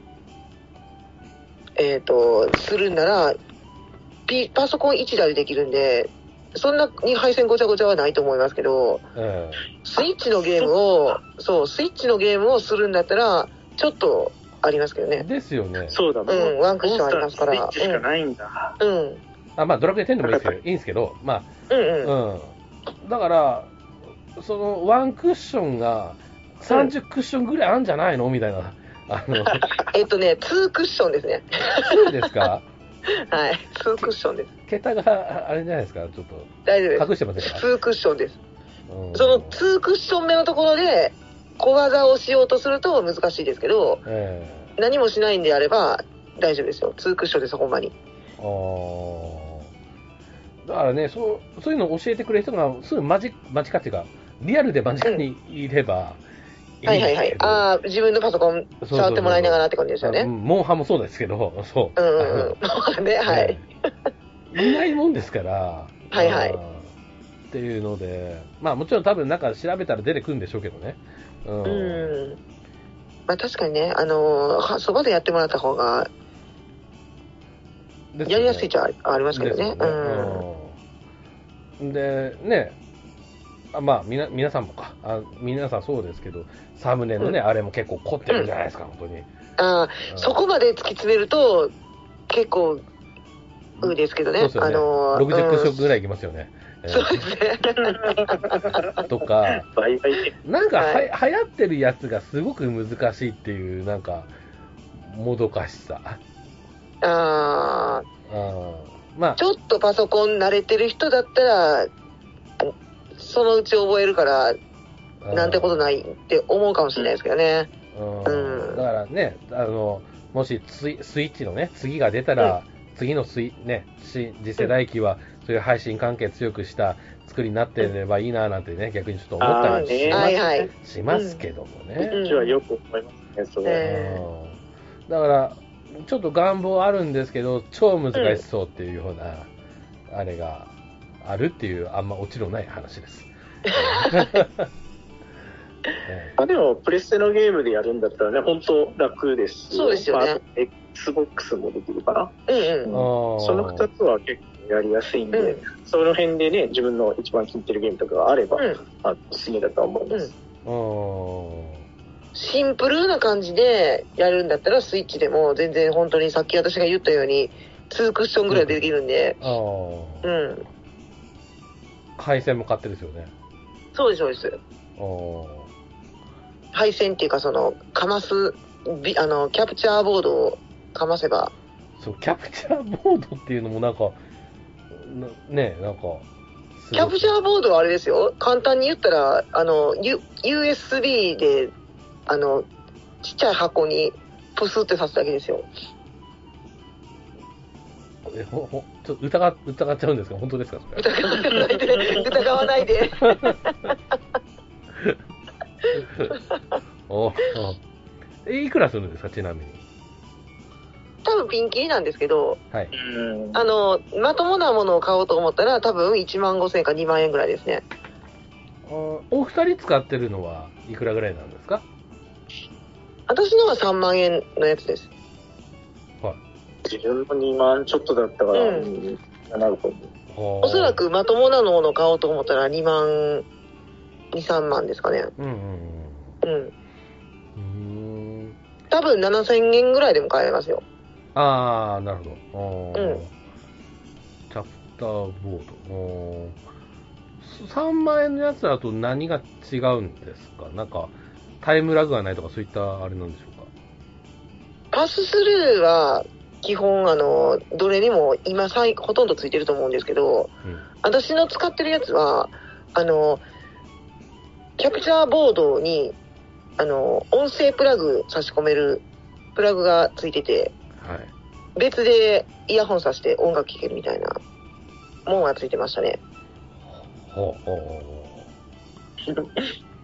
えっ、と、するなら、ピパソコン1台でできるんで、そんなに配線ごちゃごちゃはないと思いますけど、
え
スイッチのゲームを、そう、スイッチのゲームをするんだったら、ちょっとありますけど
え
ね。
ですよね、
そうだも
うん、ワンクッ
モン
ション
ス
あ
タ
りま
ー
す
ズスイッ。
から
チしかないんだ。
うん、うん、
あまあ、ドラクエ10でもいいですけど、いいんですけど、まあ、
うん、うん。
うん、だから、そのワンクッションが30クッションぐらいあるんじゃないのみたいな、あの
えっとね、2クッションですね。
そうですか、
はい、2クッションです。
桁があれじゃないですか、ちょっと
大丈夫で
隠してませんか
す。。2クッションです。
うん
その2クッション目のところで小技をしようとすると難しいですけど、
え
何もしないんであれば大丈夫ですよ。2クッションです、ほんまに。
えああ。だからね、そう、そういうのを教えてくれる人が、すぐ間近、間近っていうか、リアルで間近にいればいいん
はいは
です
いは
け
い。
ど、
ああ、自分のパソコン
そうそうそう
触ってもらいながらって感じですよ
う
ね。
んモンハンもそうですけど、 そう。
うんうんうん。 まあね、
あの
はい。。
いないもんですから。
はいはい
うんっていうので、まあもちろん多分なんか調べたら出てくるんでしょうけどね。うん
うん。まあ確かにね、あのーはそばでやってもらった方が
で
やりやすい
ゃ
っちゃありますけどね。
です
う
よ
ん。
うんでねあまあみな皆さんもかあ皆さんそうですけどサムネのね、あれも結構凝ってるじゃないですか、本当に、
ああ、
うん
そこまで突き詰めると結構、うーですけどね。
そうですよ
あ
ね、
のー
60
う
色
ん
ぐらいいきますよね、え
そうですね。
ーと か
倍々で
なんかは、
はい
流行ってるやつがすごく難しいっていうなんかもどかしさ
あ
あまあ
ーちょっとパソコン慣れてる人だったら、そのうち覚えるから、なんてこと
い
ないって思うかもしれないですけどね。
う、
うんん
だからね、あのもしツイスイッチのね、次が出たら、次のスイ、ね、し次世代機は、そういう配信関係強くした作りになってればいいななんてね、逆にちょっと思った
あ
り
ー
し
ね。
ま
はいはい
すしますけどもね。
うん
うちはよく思いますね、それ。
え
うんだから、ちょっと願望あるんですけど、超難しそうっていうような、あれがあるっていう、あんま落ちのない話 です。ね
あでも、プレステのゲームでやるんだったらね、本当楽です
そうですよね
まああと Xbox もできるかな。
うんうん。
うん
その2つは結構やりやすいんで、
うん
その辺でね、自分の一番気に入ってるゲームとかがあれば、
うん
あのおすすめだとは思います。
うん
シンプルな感じでやるんだったらスイッチでも全然本当にさっき私が言ったように2クッションぐらいできるんで、
ああ、
うん、
回線も買ってるですよね。
そうです、そうです。
おー
配線っていうか、その、かます、びあの、キャプチャーボードをかませば、
そう、キャプチャーボードっていうのもなんか、なねえ、なんか、すごく
キャプチャーボードはあれですよ、簡単に言ったら、あの、U、USB で、あの、ちっちゃい箱にプスって刺すだけですよ。
えほほちょっと疑っ疑っちゃうんですか本当です かそれ
疑わないで、疑わないで。
おーえいくらするんですかちなみに
多分ピンキリなんですけど、
はい
うん
あの、まともなものを買おうと思ったら、多分1万5千円か2万円ぐらいですね。
お二人使ってるのはいくらぐらいなんですか
私のは3万円のやつです。
自分も2万ちょっとだったから、
うん
うんなるほど。
お
おそらくまともなものを買おうと思ったら2万、2、3万ですかね。
うんうん
うん。
うんうーん
多分7000円ぐらいでも買えますよ。
ああなるほど、
うん
チャプターボードおー3万円のやつだと何が違うんですかなんかタイムラグがないとかそういったあれなんでしょうか
パススルーは、基本、あの、どれにも今さい、ほとんどついてると思うんですけど、
うん
私の使ってるやつは、あの、キャプチャーボードに、あの、音声プラグ差し込めるプラグがついてて、
はい
別でイヤホンさして音楽聴けるみたいなもんがついてましたね。
ほうほうほうほう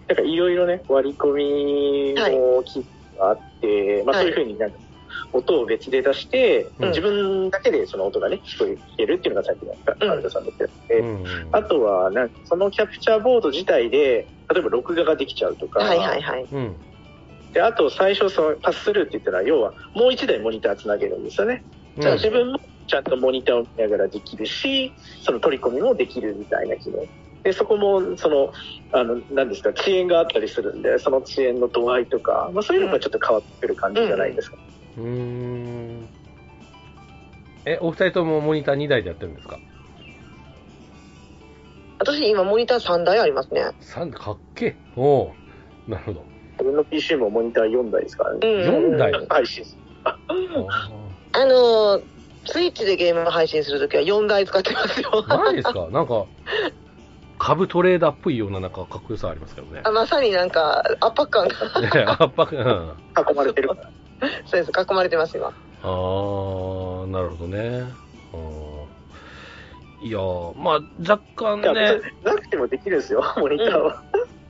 なんかいろいろね、割り込みの機能があって、まあそういうふうになんか、音を別で出して、
うん
自分だけでその音がね、聞こえるっていうのがさっきのカルタさんの言って
う
て、
んうん
あとはなんかそのキャプチャーボード自体で、例えば録画ができちゃうとか、
はいはいはい。
うん
であと最初そのパススルーって言ったのは、要はもう一台モニターつなげるんですよね。
うん
だから自分もちゃんとモニターを見ながらできるし、その取り込みもできるみたいな機能。で、そこも、その、あの、何ですか、遅延があったりするんで、その遅延の度合いとか、まあそういうのがちょっと変わってくる感じじゃないですか。
うーん。え、お二人ともモニター2台でやってるんですか
私今モニター3台ありますね。
三かっけえおおなるほど。
自分の PC もモニター4台ですから
う
ね。
ん。
四台
配信する
あのー、スイッチでゲームを配信するときは4台使ってますよ。
あーないですかなんか、株トレーダーっぽいような、なんかかっこよさありますけどね
あ。まさになんか圧迫 感が、
ね圧迫、うん。あ
囲まれてるから。
そうです、囲まれてます今。
あー、なるほどね。うんいやー、まあ、若干
いや
ね
別、になくてもできるんですよ、モニターは。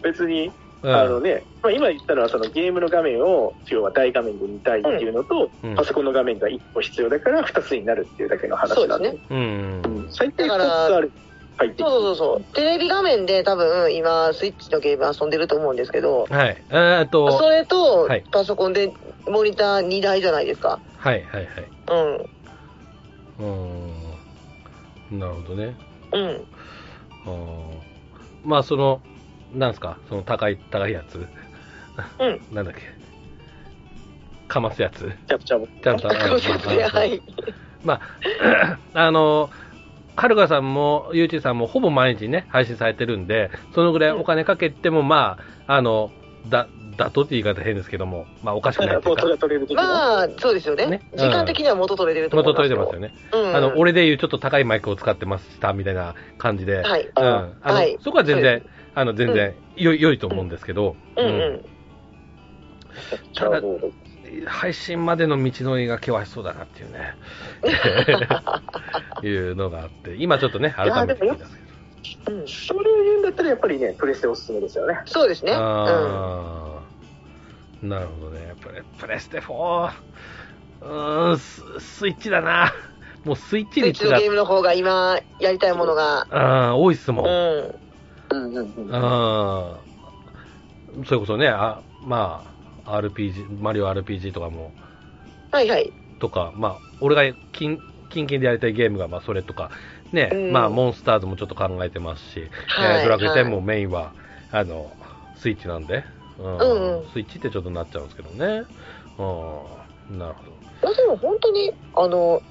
別に、
うん
あのね、まあ、今言ったのはそのゲームの画面を要は大画面で見たいっていうのと、
うん
パソコンの画面が1個必要だから2つになるっていうだけの話なんで
そうで
うん。
うん最低2つある入ってきて
そうそうそうそう。テレビ画面で多分今スイッチのゲーム遊んでると思うんですけど、
はい。えーっと、
そ
はい
れと
はい
パソコンでモニター2台じゃないですか。
はいはい。
うん。
うん。なるほどね。
うん。
あーまあ、その、なんですか、その高い、高いやつ。
う
なんだっけ。かますやつ。
キャプチャーも
ちゃんと。
高校生で、はい。
あの、はるかさんも、ゆうちさんも、ほぼ毎日ね、配信されてるんで、そのぐらいお金かけても、まあ、あの、だ、妥当って言い方変ですけども、まあ、おかしくないっていう
元
か。
が取れる時の
まあ、そうですよね
ねうん
時間的には元取れてると思
元
います
取れてま
よ。
すよね。
うん。
あの、俺で言うちょっと高いマイクを使ってました、みたいな感じで。
は
う
い。
ん、
あ
あの、
はい
そこは全
そうで
然、あの、全然、良い、良いと思うんですけど、
うんうん。
キャプチャーボード
うん配信までの道のりが険しそうだなっていう ね、 いうのがあって、今ちょっとね、
いや
改めて聞いたんですけ
うん
それを言うんだったらやっぱりねプレステおすすめですよね
そうですね。
ど、
うん。
あーなるほどね、プレプレステ4、うーんス、スイッチだな、もうスイッチ
スイッチ
率
の
が
ゲームの方が今やりたいものが、
あー多いっすも。
うんん。
うんうんうん
あーそれこそね、あまあ、RPG、マリオ RPG とかも、
はいはい。
とか、まあ、俺が近近々でやりたいゲームが、まあ、それとか、ね、
うん
まあ、モンスターズもちょっと考えてますし、
は
え
い
ードラクエ
はい
10もメインは、あの、スイッチなんで、うん
うんうん
スイッチってちょっとなっちゃうんですけどね。うん、なるほど。
まあでも本当に、あの、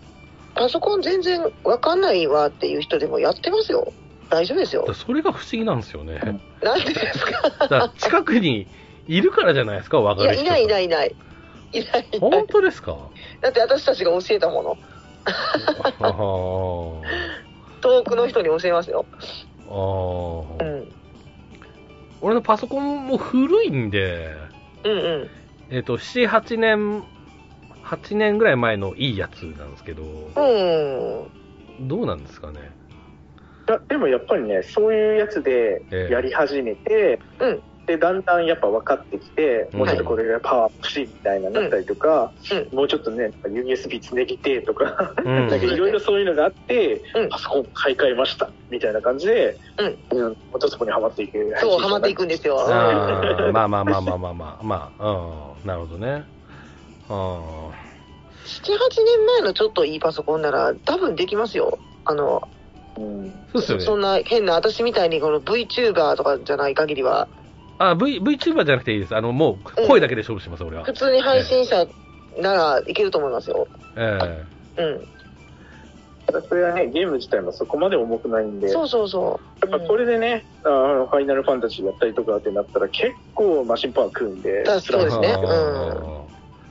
パソコン全然わかんないわっていう人でもやってますよ。大丈夫ですよ
だ。それが不思議なんですよね。
なんでですか
だから近くにいるからじゃないですか、
い
分か
や、
る人
い
が。
ないいないいない。いないいない
本。当ですか
だって私たちが教えたもの。
あー
遠くの人に教えますよ。
あー、
うん。
俺のパソコンも古いんで、
うんうん。
えっ、と、7、8年、8年ぐらい前のいいやつなんですけど、
うん。
どうなんですかね。
いやでもやっぱりねそういうやつで
ええ
やり始めて、
うん
でだんだんやっぱ分かってきて、
うん
もうちょっとこれがパワー欲しいみたいなのになったりとか、
うん
もうちょっとねなんか USB つねぎてとか、
う
なんかいろいろそういうのがあって、
うん
パソコン買い替えましたみたいな感じで、うんもうちょっとそこにはまっていく
そう、ハマっていくんですよ。
あ ーまあまあまあまあまあまあ、まあ、うん、なるほどね。あ
7、8年前のちょっといいパソコンなら、多分できますよ。あの、
うん
ーそうです
そ
よ
ん
ね。
な変な、私みたいにこの VTuber とかじゃない限りは、
あ、v、VTuber じゃなくていいです。あの、もう声だけで勝負します、俺は
普。通に配信者ならいけると思いますよ。
え
うん。
ただそれはねゲーム自体もそこまで重くないんで
そうそうそう。
やっぱこれでね、あのファイナルファンタジーやったりとかってなったら結構マシンパワー食うんで
だそう
え
ですね
あー
う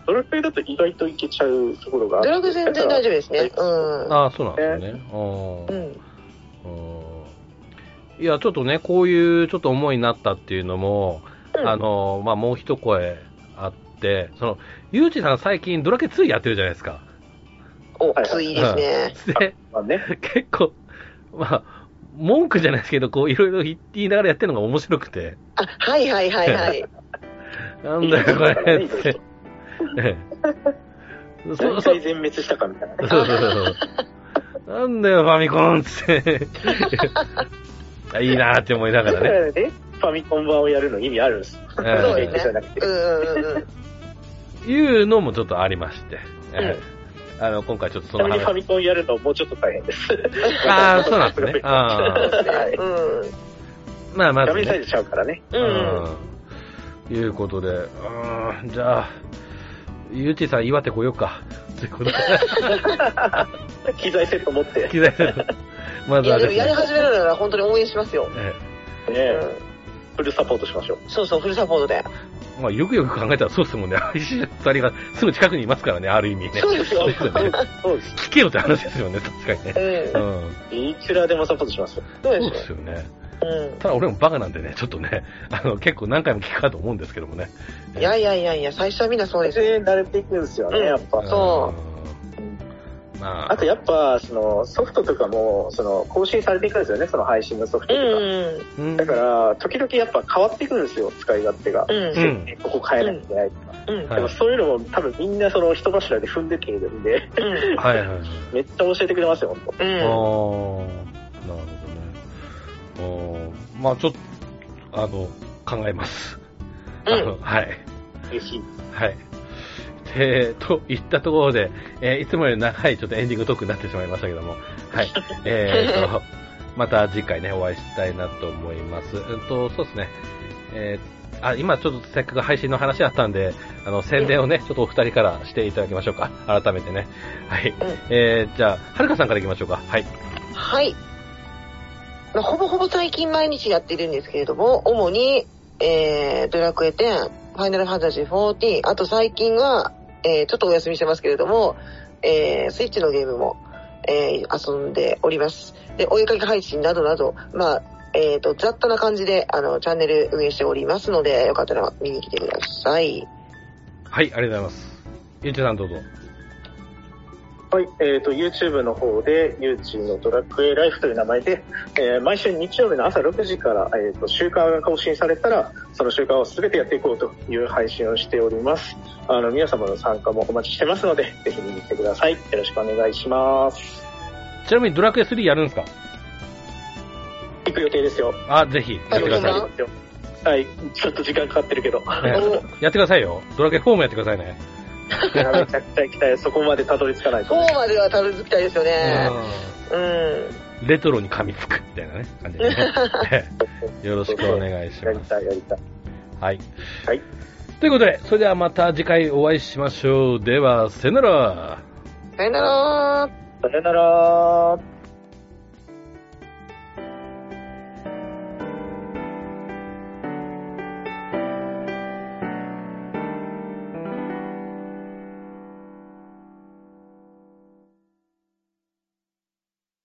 ドラクエだと意外といけちゃうところがあ
ド
る
ラクエ全然大丈夫ですね。うん。
あー、そうなんですよね。あー
うん。
うんいや、ちょっとね、こういうちょっと思いになったっていうのも、
うん
あの、まあ、もう一声あって、その、ゆうじさん最近ドラケ2やってるじゃないですか。
お、
はい
ついですね。
で、
まあね
結構、まあ、文句じゃないですけど、こう、いろいろ言いながらやってるのが面白くて、
あ、はいはいはいはい。
なんだよ、これって。ええそ
何
そ
回全滅したかみたいなね。
そうそうそうそう。なんだよ、ファミコンっつって。あいいなーって思いなが
だから
ね。
らね、ファミコン版をやるの意味あるんです。
え
そう
え
です
じ
ね
ゃなくて
う。んうんうん。
いうのもちょっとありまして、ええあの今回ちょっと
ち
そ
な
の
みに
話
ファミコンやるのもうちょっと大変です。
ああそうなんです ねあ
はい
うん。
まあまず、
画面サイ
ね、
ズちゃうからね。
う。
うんんいうことで、うん、じゃあ、ゆうちさん岩手来ようか。ということで、
機材セット持って。ね
機材セットま
い
ずはで
や、でも
す
やり
ね、
始めるなら本当に応援しますよ。
え
うん。
フルサポートしましょう。
そうそう、フルサポートで。
えまあよくよく考えたらそうですもんね。石田二人がすぐ近くにいますからね、ある意味ね。
そうですよ。
そうですよね。
そうです。
聞けよって話ですよね、確かにね。
うん
う。ん。
いくらでもサポートしますよ。
そう
そう
で
ですすよね。
よ。
ただ俺もバカなんでね、ちょっとね、あの、結構何回も聞くかと思うんですけどもね。
うん。いやいやいやいや、最初はみんなそうですよ。
で、慣れていくんですよね、
うん
やっぱ。
そ
うん。まあ、
あとやっぱ、その、ソフトとかも、その、更新されていくんですよね、その配信のソフト
う
とか。
ん。
うん
だから、時々やっぱ変わっていくんですよ、使い勝手が。
うん。
うん
ここ変えなきゃいけないとか。
うん。
はい
でもそういうのも多分みんなその人柱で踏んでってるんで、
うん。
はいはいはい。
めっちゃ教えてくれますよ、本
ああ、なる
うん。
ほどね。あーまあちょっと、あの、考えます。
うん
あのはい。
当。嬉しい。
はい。えー、といったところで、えーいつもより長いちょっとエンディングトークになってしまいましたけども、 はい。えー、と、また次回ね、お会いしたいなと思います。うんと、そうですね。えーあ、今ちょっとせっかく配信の話あったんで、あの、宣伝をね、ちょっとお二人からしていただきましょうか。改めてね。はい。えー、じゃあ、はるかさんからいきましょうか。はい。
はい。まあ、ほぼほぼ最近毎日やってるんですけれども、主に、えー、ドラクエ10、ファイナルファンタジー14、あと最近は、えー、ちょっとお休みしてますけれども、えー、スイッチのゲームも、えー、遊んでおります。で、お絵かき配信などなど、まあ、えー、と、雑多な感じで、あの、チャンネル運営しておりますので、よかったら見に来てください。
はい、ありがとうございます。ゆうちさんどうぞ。
はい、えっ、と、YouTube の方で、YouTube のドラクエライフという名前で、えー毎週日曜日の朝6時から、えっ、と、週間が更新されたら、その週間を全てやっていこうという配信をしております。あの、皆様の参加もお待ちしてますので、ぜひ見に来てください。よろしくお願いします。
ちなみにドラクエ3やるんですか
行く予定ですよ。
あ、ぜひ、やってください。
はい、ちょっと時間かかってるけど。
ねやってくださいよ。ドラケ4もやってくださいね。
いやめちゃくちゃ行きたい。そこまでたどり着かないと。
4まではたどり着きたいですよね。うん。
レトロに噛みつくみたいなね、感じ でね。よろしくお願いし
やり
ます。
たい、やりたい。
はい。
はい。
ということで、それではまた次回お会いしましょう。では、さよなら。
さよなら
さよなら。